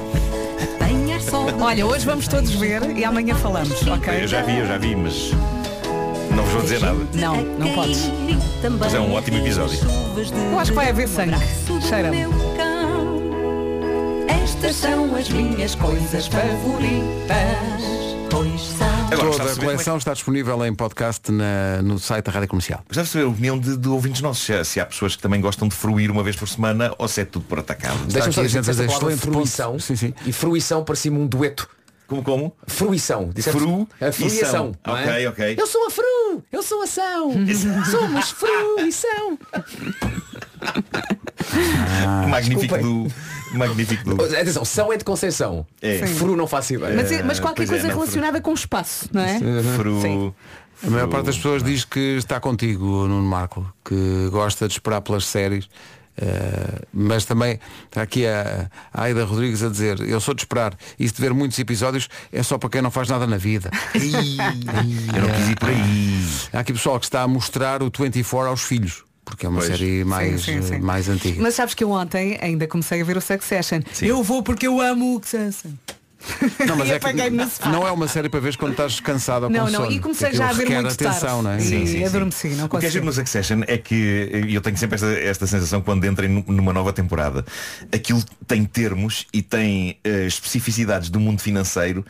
[SPEAKER 4] Olha, hoje vamos todos ver e amanhã falamos, ok?
[SPEAKER 11] Eu já vi, eu já vi, mas não vos vou dizer nada.
[SPEAKER 4] Não, não podes.
[SPEAKER 11] Mas é um ótimo episódio.
[SPEAKER 4] Eu acho que vai haver sangue. cheira
[SPEAKER 17] Estas são as minhas coisas favoritas. Pois são.
[SPEAKER 1] Toda a coleção está disponível em podcast na- no site da Rádio Comercial.
[SPEAKER 11] Gostava de saber a opinião de, de ouvintes nossos, se há, se há pessoas que também gostam de fruir uma vez por semana ou se é tudo por atacado.
[SPEAKER 3] Deixa-me só dizer que essa
[SPEAKER 1] disseste a
[SPEAKER 3] palavra
[SPEAKER 1] excelente
[SPEAKER 3] fruição e fruição parecia-me um dueto.
[SPEAKER 11] Como como?
[SPEAKER 3] Fruição. Disseste-
[SPEAKER 11] Fru-
[SPEAKER 3] a fruição.
[SPEAKER 11] ição. Ok, ok.
[SPEAKER 3] Eu sou a fru, eu sou a são. Somos fruição.
[SPEAKER 11] magnífico,
[SPEAKER 3] desculpem.
[SPEAKER 11] do, magnífico do.
[SPEAKER 3] Atenção, são é de Conceição.
[SPEAKER 11] É.
[SPEAKER 3] Fru não faço ideia.
[SPEAKER 4] Mas, mas qualquer
[SPEAKER 11] pois é,
[SPEAKER 4] coisa
[SPEAKER 11] não,
[SPEAKER 4] relacionada com espaço, não é? Sim.
[SPEAKER 1] A maior parte das pessoas diz que está contigo, Nuno Marco, que gosta de esperar pelas séries. eh, mas também está aqui a, a Aida Rodrigues a dizer eu sou de esperar e se tiver muitos episódios é só para quem não faz nada na vida
[SPEAKER 11] Eu não quis ir por aí
[SPEAKER 1] há aqui pessoal que está a mostrar o 24 aos filhos porque é uma série mais,
[SPEAKER 4] sim, sim.
[SPEAKER 1] eh, mais antiga
[SPEAKER 4] Mas sabes que eu ontem ainda comecei a ver o Succession. Eu vou porque eu amo o Succession.
[SPEAKER 1] Não, mas
[SPEAKER 4] E
[SPEAKER 1] é que
[SPEAKER 4] apaguei-me no sofá.
[SPEAKER 1] não é uma série para ver quando estás cansado ou com
[SPEAKER 4] Não, não,
[SPEAKER 1] sono.
[SPEAKER 4] e comecei
[SPEAKER 1] Aquilo
[SPEAKER 4] já a ver
[SPEAKER 1] requer
[SPEAKER 4] muito tarde.
[SPEAKER 1] atenção, não é?
[SPEAKER 4] Sim, sim, sim. adormeci, não
[SPEAKER 11] O que é giro
[SPEAKER 4] consigo.
[SPEAKER 11] no Succession é que eh, eu tenho sempre esta, esta sensação quando entrem nu- numa nova temporada. Aquilo tem termos e tem eh, especificidades do mundo financeiro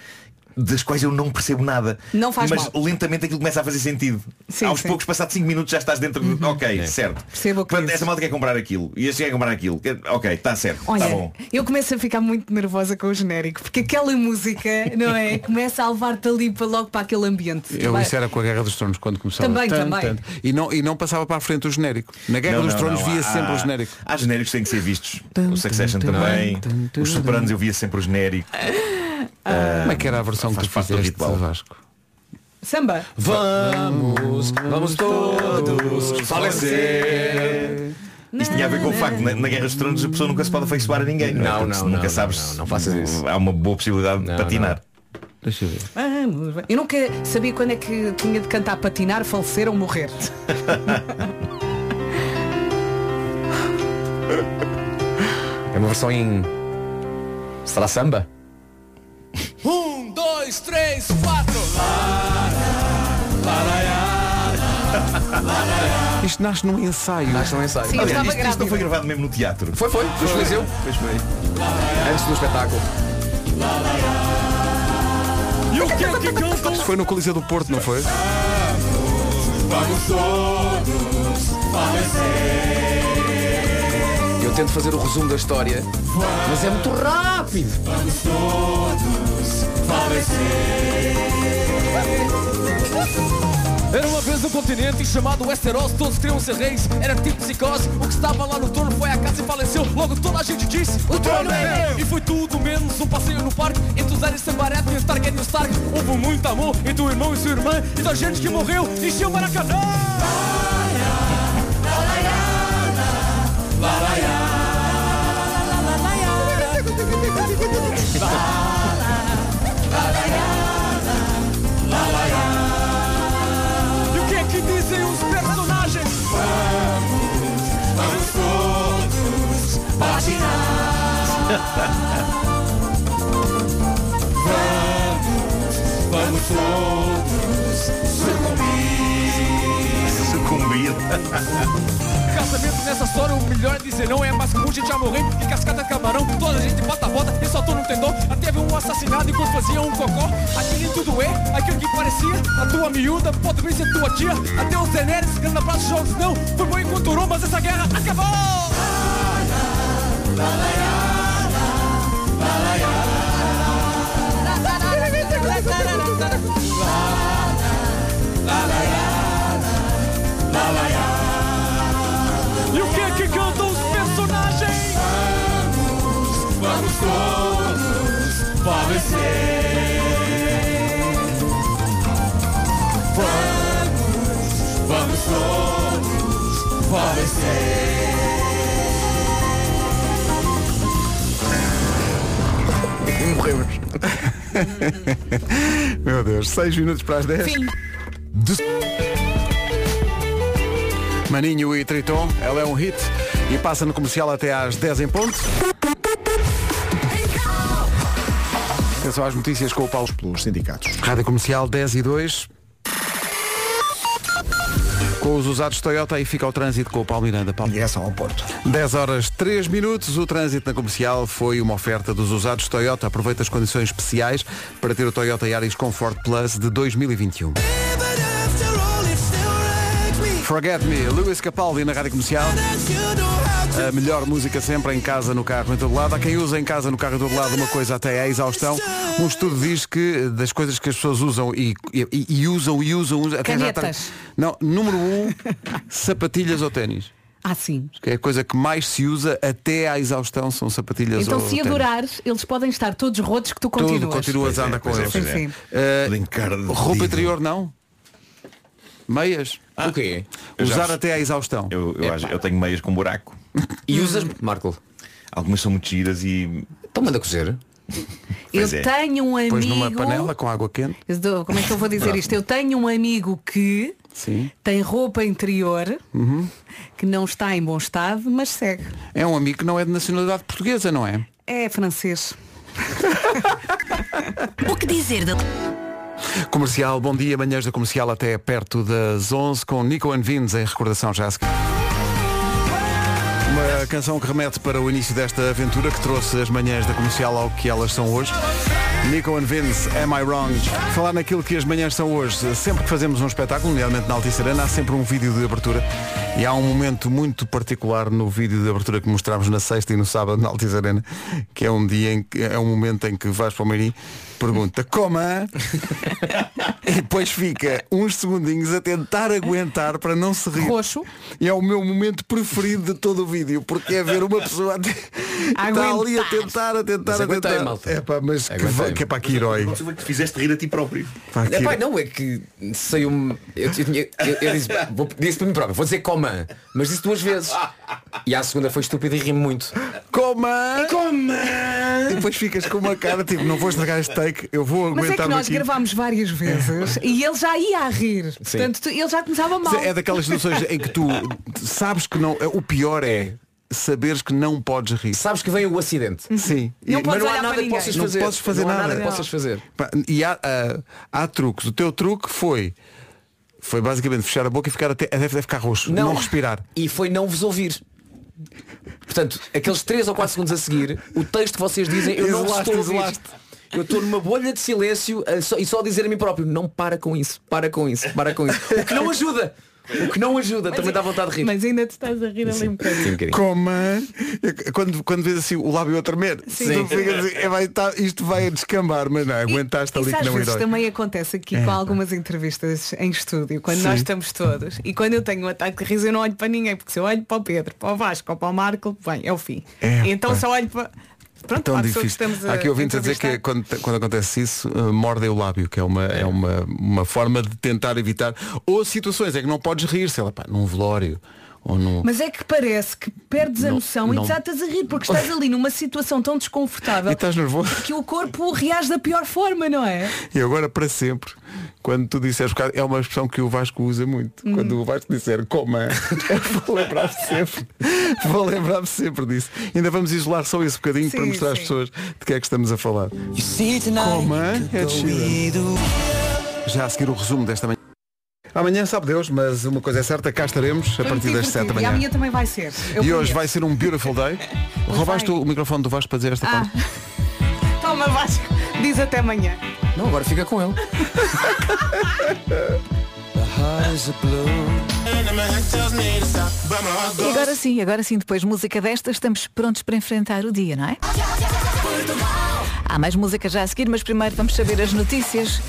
[SPEAKER 11] das quais eu não percebo nada.
[SPEAKER 4] Não faz
[SPEAKER 11] Mas
[SPEAKER 4] mal.
[SPEAKER 11] lentamente aquilo começa a fazer sentido. Aos
[SPEAKER 4] sim. Uhum.
[SPEAKER 11] poucos, passados 5 minutos, já estás dentro de. Ok,
[SPEAKER 1] É.
[SPEAKER 11] certo.
[SPEAKER 4] Percebo o que
[SPEAKER 11] Portanto,
[SPEAKER 4] dizes.
[SPEAKER 11] essa malta quer comprar aquilo. E este quer comprar aquilo. Eh, Ok, está certo. Está
[SPEAKER 4] Olha,
[SPEAKER 11] bom.
[SPEAKER 4] eu começo a ficar muito nervosa com o genérico, porque aquela música, não é? Começa a levar-te ali para logo para aquele ambiente.
[SPEAKER 1] Eu
[SPEAKER 4] Vai-
[SPEAKER 1] isso era com a Guerra dos Tronos quando começava.
[SPEAKER 4] Também, também.
[SPEAKER 1] E, não, e não passava para a frente o genérico. Na Guerra
[SPEAKER 11] Não,
[SPEAKER 1] dos
[SPEAKER 11] não,
[SPEAKER 1] Tronos
[SPEAKER 11] não. Ah,
[SPEAKER 1] via
[SPEAKER 11] Há-
[SPEAKER 1] sempre o genérico.
[SPEAKER 11] Há genéricos que têm que ser vistos.
[SPEAKER 1] Tum,
[SPEAKER 11] O Succession
[SPEAKER 1] tum,
[SPEAKER 11] também.
[SPEAKER 1] tum, tum,
[SPEAKER 11] Os Sopranos eu via sempre o genérico. ah,
[SPEAKER 1] Como é que era a versão que tu fizeste, Vasco?
[SPEAKER 4] Samba.
[SPEAKER 3] Vamos, vamos todos
[SPEAKER 11] falecer. Isto tinha a ver com o facto, na, na Guerra dos Tronos a pessoa nunca se pode afeiçoar a ninguém. Não, é?
[SPEAKER 3] Não,
[SPEAKER 11] Porque se
[SPEAKER 3] não,
[SPEAKER 11] nunca
[SPEAKER 3] não,
[SPEAKER 11] sabes.
[SPEAKER 3] não,
[SPEAKER 11] se
[SPEAKER 3] não, não faças isso.
[SPEAKER 11] Há uma boa possibilidade de patinar.
[SPEAKER 1] Deixa eu ver.
[SPEAKER 4] Vamos, vai- eu nunca sabia quando é que tinha de cantar patinar, falecer ou morrer.
[SPEAKER 3] É uma versão em. Será samba?
[SPEAKER 5] Um, dois, três, quatro.
[SPEAKER 1] Isto nasce num ensaio.
[SPEAKER 3] Nasce num ensaio.
[SPEAKER 11] Olha, isto- isto, não foi gravado mesmo no teatro.
[SPEAKER 3] Foi, foi. Foi no Liseu.
[SPEAKER 11] Pois foi.
[SPEAKER 3] Antes do espetáculo.
[SPEAKER 5] E o que é que cantam?
[SPEAKER 1] Isto foi no Coliseu do Porto, não foi?
[SPEAKER 5] Vamos todos falecer.
[SPEAKER 3] Eu tento fazer o resumo da história, mas é muito rápido.
[SPEAKER 5] Vamos todos falecer.
[SPEAKER 18] Era uma vez um continente chamado Westeros, todos queriam ser reis, era tipo psicose. O que estava lá no trono foi a casa e faleceu. Logo toda a gente disse, o trono é meu! E foi tudo menos um passeio no parque entre os Ares Bareta e os Targaryen e os Stark. Houve muito amor entre o irmão e sua irmã e da gente que morreu encheu o Maracanã. E o que é que dizem os personagens?
[SPEAKER 5] Vamos todos patinar. Vamos, vamos todos sucumbir.
[SPEAKER 11] Sucumbir.
[SPEAKER 18] Casamento nessa história, o melhor é dizer não é mais comum, gente já morreu e cascata camarão, toda a gente bota a bota e só tô no tendão. Até teve um assassinado enquanto fazia um cocó. Aqui nem tudo é, aquilo que parecia, a tua miúda, pode vir ser tua tia. Até os Daenerys, grande abraço, jogos não. Foi bom enquanto durou, mas essa guerra acabou! E o que é que cantam os personagens?
[SPEAKER 5] Vamos todos falecer. Vamos, vamos todos falecer.
[SPEAKER 1] E morremos. Meu Deus, 6 minutos para as 10. Maninho e Triton, ela é um hit e passa no comercial até às 10 em ponto. Atenção às notícias com o Paulo pelos sindicatos. Rádio Comercial 10 e 2. Com os usados Toyota aí fica o trânsito com o Paulo Miranda. Paulo.
[SPEAKER 6] Direção ao Porto.
[SPEAKER 1] 10 horas 3 minutos. O trânsito na comercial foi uma oferta dos usados Toyota. Aproveita as condições especiais para ter o Toyota Yaris Comfort Plus de 2021. Forget Me, Lewis Capaldi na rádio comercial. A melhor música sempre em casa, no carro, em todo lado. Há quem usa em casa, no carro, em todo lado, uma coisa até à exaustão. Um estudo diz que das coisas que as pessoas usam e, e- e usam e usam, até já
[SPEAKER 4] Canetas.
[SPEAKER 1] está. Não, número um, sapatilhas ou ténis.
[SPEAKER 4] Ah, sim.
[SPEAKER 1] Que é a coisa que mais se usa até à exaustão são sapatilhas
[SPEAKER 4] Então,
[SPEAKER 1] ou
[SPEAKER 4] se
[SPEAKER 1] ténis.
[SPEAKER 4] adorares, eles podem estar todos rotos que tu
[SPEAKER 1] Tudo,
[SPEAKER 4] continuas.
[SPEAKER 1] continuas a andar
[SPEAKER 11] é,
[SPEAKER 1] com eles.
[SPEAKER 4] Sim, sim.
[SPEAKER 1] Eh, roupa interior não? Meias?
[SPEAKER 3] Ah.
[SPEAKER 11] o quê?
[SPEAKER 1] Usar até à exaustão.
[SPEAKER 11] Eu, eu acho- eu tenho meias com buraco. E usas,
[SPEAKER 3] Hum.
[SPEAKER 11] Marco? Algumas são muito giras e. Então manda cozer.
[SPEAKER 4] Eu
[SPEAKER 1] é.
[SPEAKER 4] tenho um amigo.
[SPEAKER 1] com água quente.
[SPEAKER 4] Eu dou- Como é que eu vou dizer isto? Eu tenho um amigo que
[SPEAKER 1] Sim.
[SPEAKER 4] tem roupa interior
[SPEAKER 1] Uhum.
[SPEAKER 4] que não está em bom estado, mas segue.
[SPEAKER 1] É um amigo que não é de nacionalidade portuguesa, não é?
[SPEAKER 4] É francês.
[SPEAKER 13] O que dizer da...
[SPEAKER 1] Comercial, bom dia, manhãs da comercial até perto das 11 com Nico Anvines em recordação já a seguir. Uma canção que remete para o início desta aventura que trouxe as manhãs da comercial ao que elas são hoje. Nico Anvines, Am I Wrong? Falar naquilo que as manhãs são hoje. Sempre que fazemos um espetáculo, nomeadamente na Altice Arena, há sempre um vídeo de abertura e há um momento muito particular no vídeo de abertura que mostramos na sexta e no sábado na Altice Arena, que é um dia em que é um momento em que vais para o Meirim, pergunta como é? E depois fica uns segundinhos a tentar aguentar para não se rir.
[SPEAKER 4] Roxo.
[SPEAKER 1] E é o meu momento preferido de todo o vídeo, porque é ver uma pessoa a te- está ali a tentar, a tentar,
[SPEAKER 3] Mas
[SPEAKER 1] a
[SPEAKER 3] aguentei,
[SPEAKER 1] tentar.
[SPEAKER 3] malta.
[SPEAKER 1] É pá, mas que,
[SPEAKER 3] Aguentei.
[SPEAKER 1] va- que é para que herói.
[SPEAKER 11] Fizeste rir a ti próprio.
[SPEAKER 1] Pá, que-
[SPEAKER 3] É pá, não, é que saiu-me. Eu, eu, tinha- eu, eu disse, vou, disse para mim próprio, vou dizer coma, mas disse duas vezes. E à segunda foi estúpido e rimo muito.
[SPEAKER 1] Coma! Coma! Depois ficas com uma cara, tipo, não vou estragar este take, eu
[SPEAKER 4] Mas
[SPEAKER 1] vou
[SPEAKER 4] é que
[SPEAKER 1] aguentar-me
[SPEAKER 4] nós
[SPEAKER 1] aqui.
[SPEAKER 4] gravámos várias vezes
[SPEAKER 1] É.
[SPEAKER 4] e ele já ia a rir.
[SPEAKER 3] É
[SPEAKER 4] Portanto, tu- ele já começava mal.
[SPEAKER 1] É daquelas situações em que tu sabes que não. O pior é saberes que não podes rir.
[SPEAKER 3] Sabes que vem o acidente.
[SPEAKER 4] Uhum.
[SPEAKER 1] Sim.
[SPEAKER 3] Não
[SPEAKER 1] E-
[SPEAKER 3] podes olhar para ninguém.
[SPEAKER 1] não
[SPEAKER 3] fazer.
[SPEAKER 1] podes fazer
[SPEAKER 3] Não há
[SPEAKER 1] nada.
[SPEAKER 3] nada que possas fazer.
[SPEAKER 1] Pá, E há, ah, há truques. O teu truque foi foi basicamente fechar a boca e ficar até deve, deve ficar roxo, não, respirar.
[SPEAKER 3] E foi não vos ouvir. Portanto, aqueles 3 ou 4 segundos a seguir, o texto que vocês dizem, eu não
[SPEAKER 1] Isolaste,
[SPEAKER 3] estou a ouvir.
[SPEAKER 1] isolaste.
[SPEAKER 3] Eu estou numa bolha de silêncio eh, só- e só a dizer a mim próprio, não para com isso, para com isso, para com isso. O que não ajuda. O que não ajuda, também dá vontade de rir.
[SPEAKER 17] Mas ainda te estás a rir
[SPEAKER 3] é
[SPEAKER 17] ali um bocadinho.
[SPEAKER 1] Como é? É Quando, quando vês assim o lábio a tremer,
[SPEAKER 4] Sim.
[SPEAKER 1] tu ficas assim, é, vai, tá, isto vai descambar, mas não, aguentaste ali
[SPEAKER 4] Isso
[SPEAKER 1] que
[SPEAKER 4] às
[SPEAKER 1] não
[SPEAKER 4] vezes
[SPEAKER 1] herói.
[SPEAKER 4] também acontece aqui
[SPEAKER 1] É,
[SPEAKER 4] com
[SPEAKER 1] pá.
[SPEAKER 4] algumas entrevistas em estúdio, quando
[SPEAKER 1] Sim.
[SPEAKER 4] nós estamos todos. E quando eu tenho um ataque de riso, eu não olho para ninguém, porque se eu olho para o Pedro, para o Vasco ou para o Marco, bem, é o fim.
[SPEAKER 1] É,
[SPEAKER 4] então
[SPEAKER 1] pá.
[SPEAKER 4] só olho para. Pronto,
[SPEAKER 1] Tão
[SPEAKER 4] para a pessoa que
[SPEAKER 1] difícil.
[SPEAKER 4] estamos a
[SPEAKER 1] Há aqui ouvintes a dizer que é
[SPEAKER 4] entrevistar.
[SPEAKER 1] quando, quando acontece isso, eh, mordem o lábio, que é, uma, é uma, uma forma de tentar evitar. Ou situações em que não podes rir, sei lá, pá, num velório ou num.
[SPEAKER 4] Mas é que parece que perdes a
[SPEAKER 1] Não,
[SPEAKER 4] noção e
[SPEAKER 1] não.
[SPEAKER 4] desatas a rir, porque estás ali numa situação tão desconfortável
[SPEAKER 1] E estás nervoso.
[SPEAKER 4] que o corpo reage da pior forma, não é?
[SPEAKER 1] E agora para sempre, quando tu disseres bocado, é uma expressão que o Vasco usa muito.
[SPEAKER 4] Uhum.
[SPEAKER 1] Quando o Vasco disser coma, eu vou lembrar-me sempre. Vou lembrar-me sempre disso. Ainda vamos isolar só esse bocadinho
[SPEAKER 5] Sim,
[SPEAKER 1] para mostrar às
[SPEAKER 5] sim.
[SPEAKER 1] pessoas de que é que estamos a falar. é? Coma, Ed Sheeran. Já a seguir o resumo desta manhã. Amanhã sabe Deus, mas uma coisa é certa, cá estaremos a
[SPEAKER 4] Foi muito
[SPEAKER 1] partir das 7 da
[SPEAKER 4] divertido. E a
[SPEAKER 1] manhã.
[SPEAKER 4] minha também vai ser. Eu
[SPEAKER 1] E hoje
[SPEAKER 4] prometo.
[SPEAKER 1] vai ser um beautiful day. Roubaste o microfone do Vasco para dizer esta parte.
[SPEAKER 4] Ah. Toma Vasco, diz até amanhã.
[SPEAKER 3] Não, agora fica com ele.
[SPEAKER 17] E agora sim, agora sim, depois música desta, estamos prontos para enfrentar o dia, não é? Há mais música já a seguir, mas primeiro vamos saber as notícias.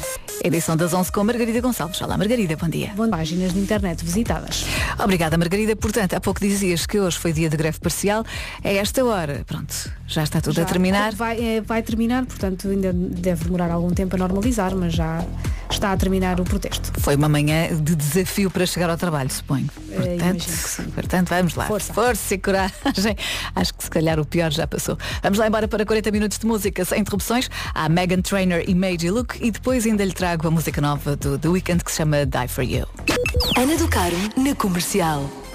[SPEAKER 17] Edição das 11 com Margarida Gonçalves. Olá, Margarida, bom dia. Bom Páginas de internet visitadas. Obrigada, Margarida. Portanto, há pouco dizias que hoje foi dia de greve parcial. É esta hora, pronto, já está tudo
[SPEAKER 19] Já
[SPEAKER 17] a terminar.
[SPEAKER 19] Vai, é, vai terminar, portanto ainda deve demorar algum tempo a normalizar, mas já está a terminar o protesto.
[SPEAKER 17] Foi uma manhã de desafio para chegar ao trabalho, suponho.
[SPEAKER 19] É, imagino
[SPEAKER 17] Portanto,
[SPEAKER 19] que
[SPEAKER 17] portanto vamos lá.
[SPEAKER 19] Força.
[SPEAKER 17] e coragem. Acho que se calhar o pior já passou. Vamos lá embora para 40 minutos de música sem interrupções. Há Megan Trainor e Major Look e depois ainda lhe trago a música nova do The Weeknd que se chama Die For You. Ana do Caro, na comercial.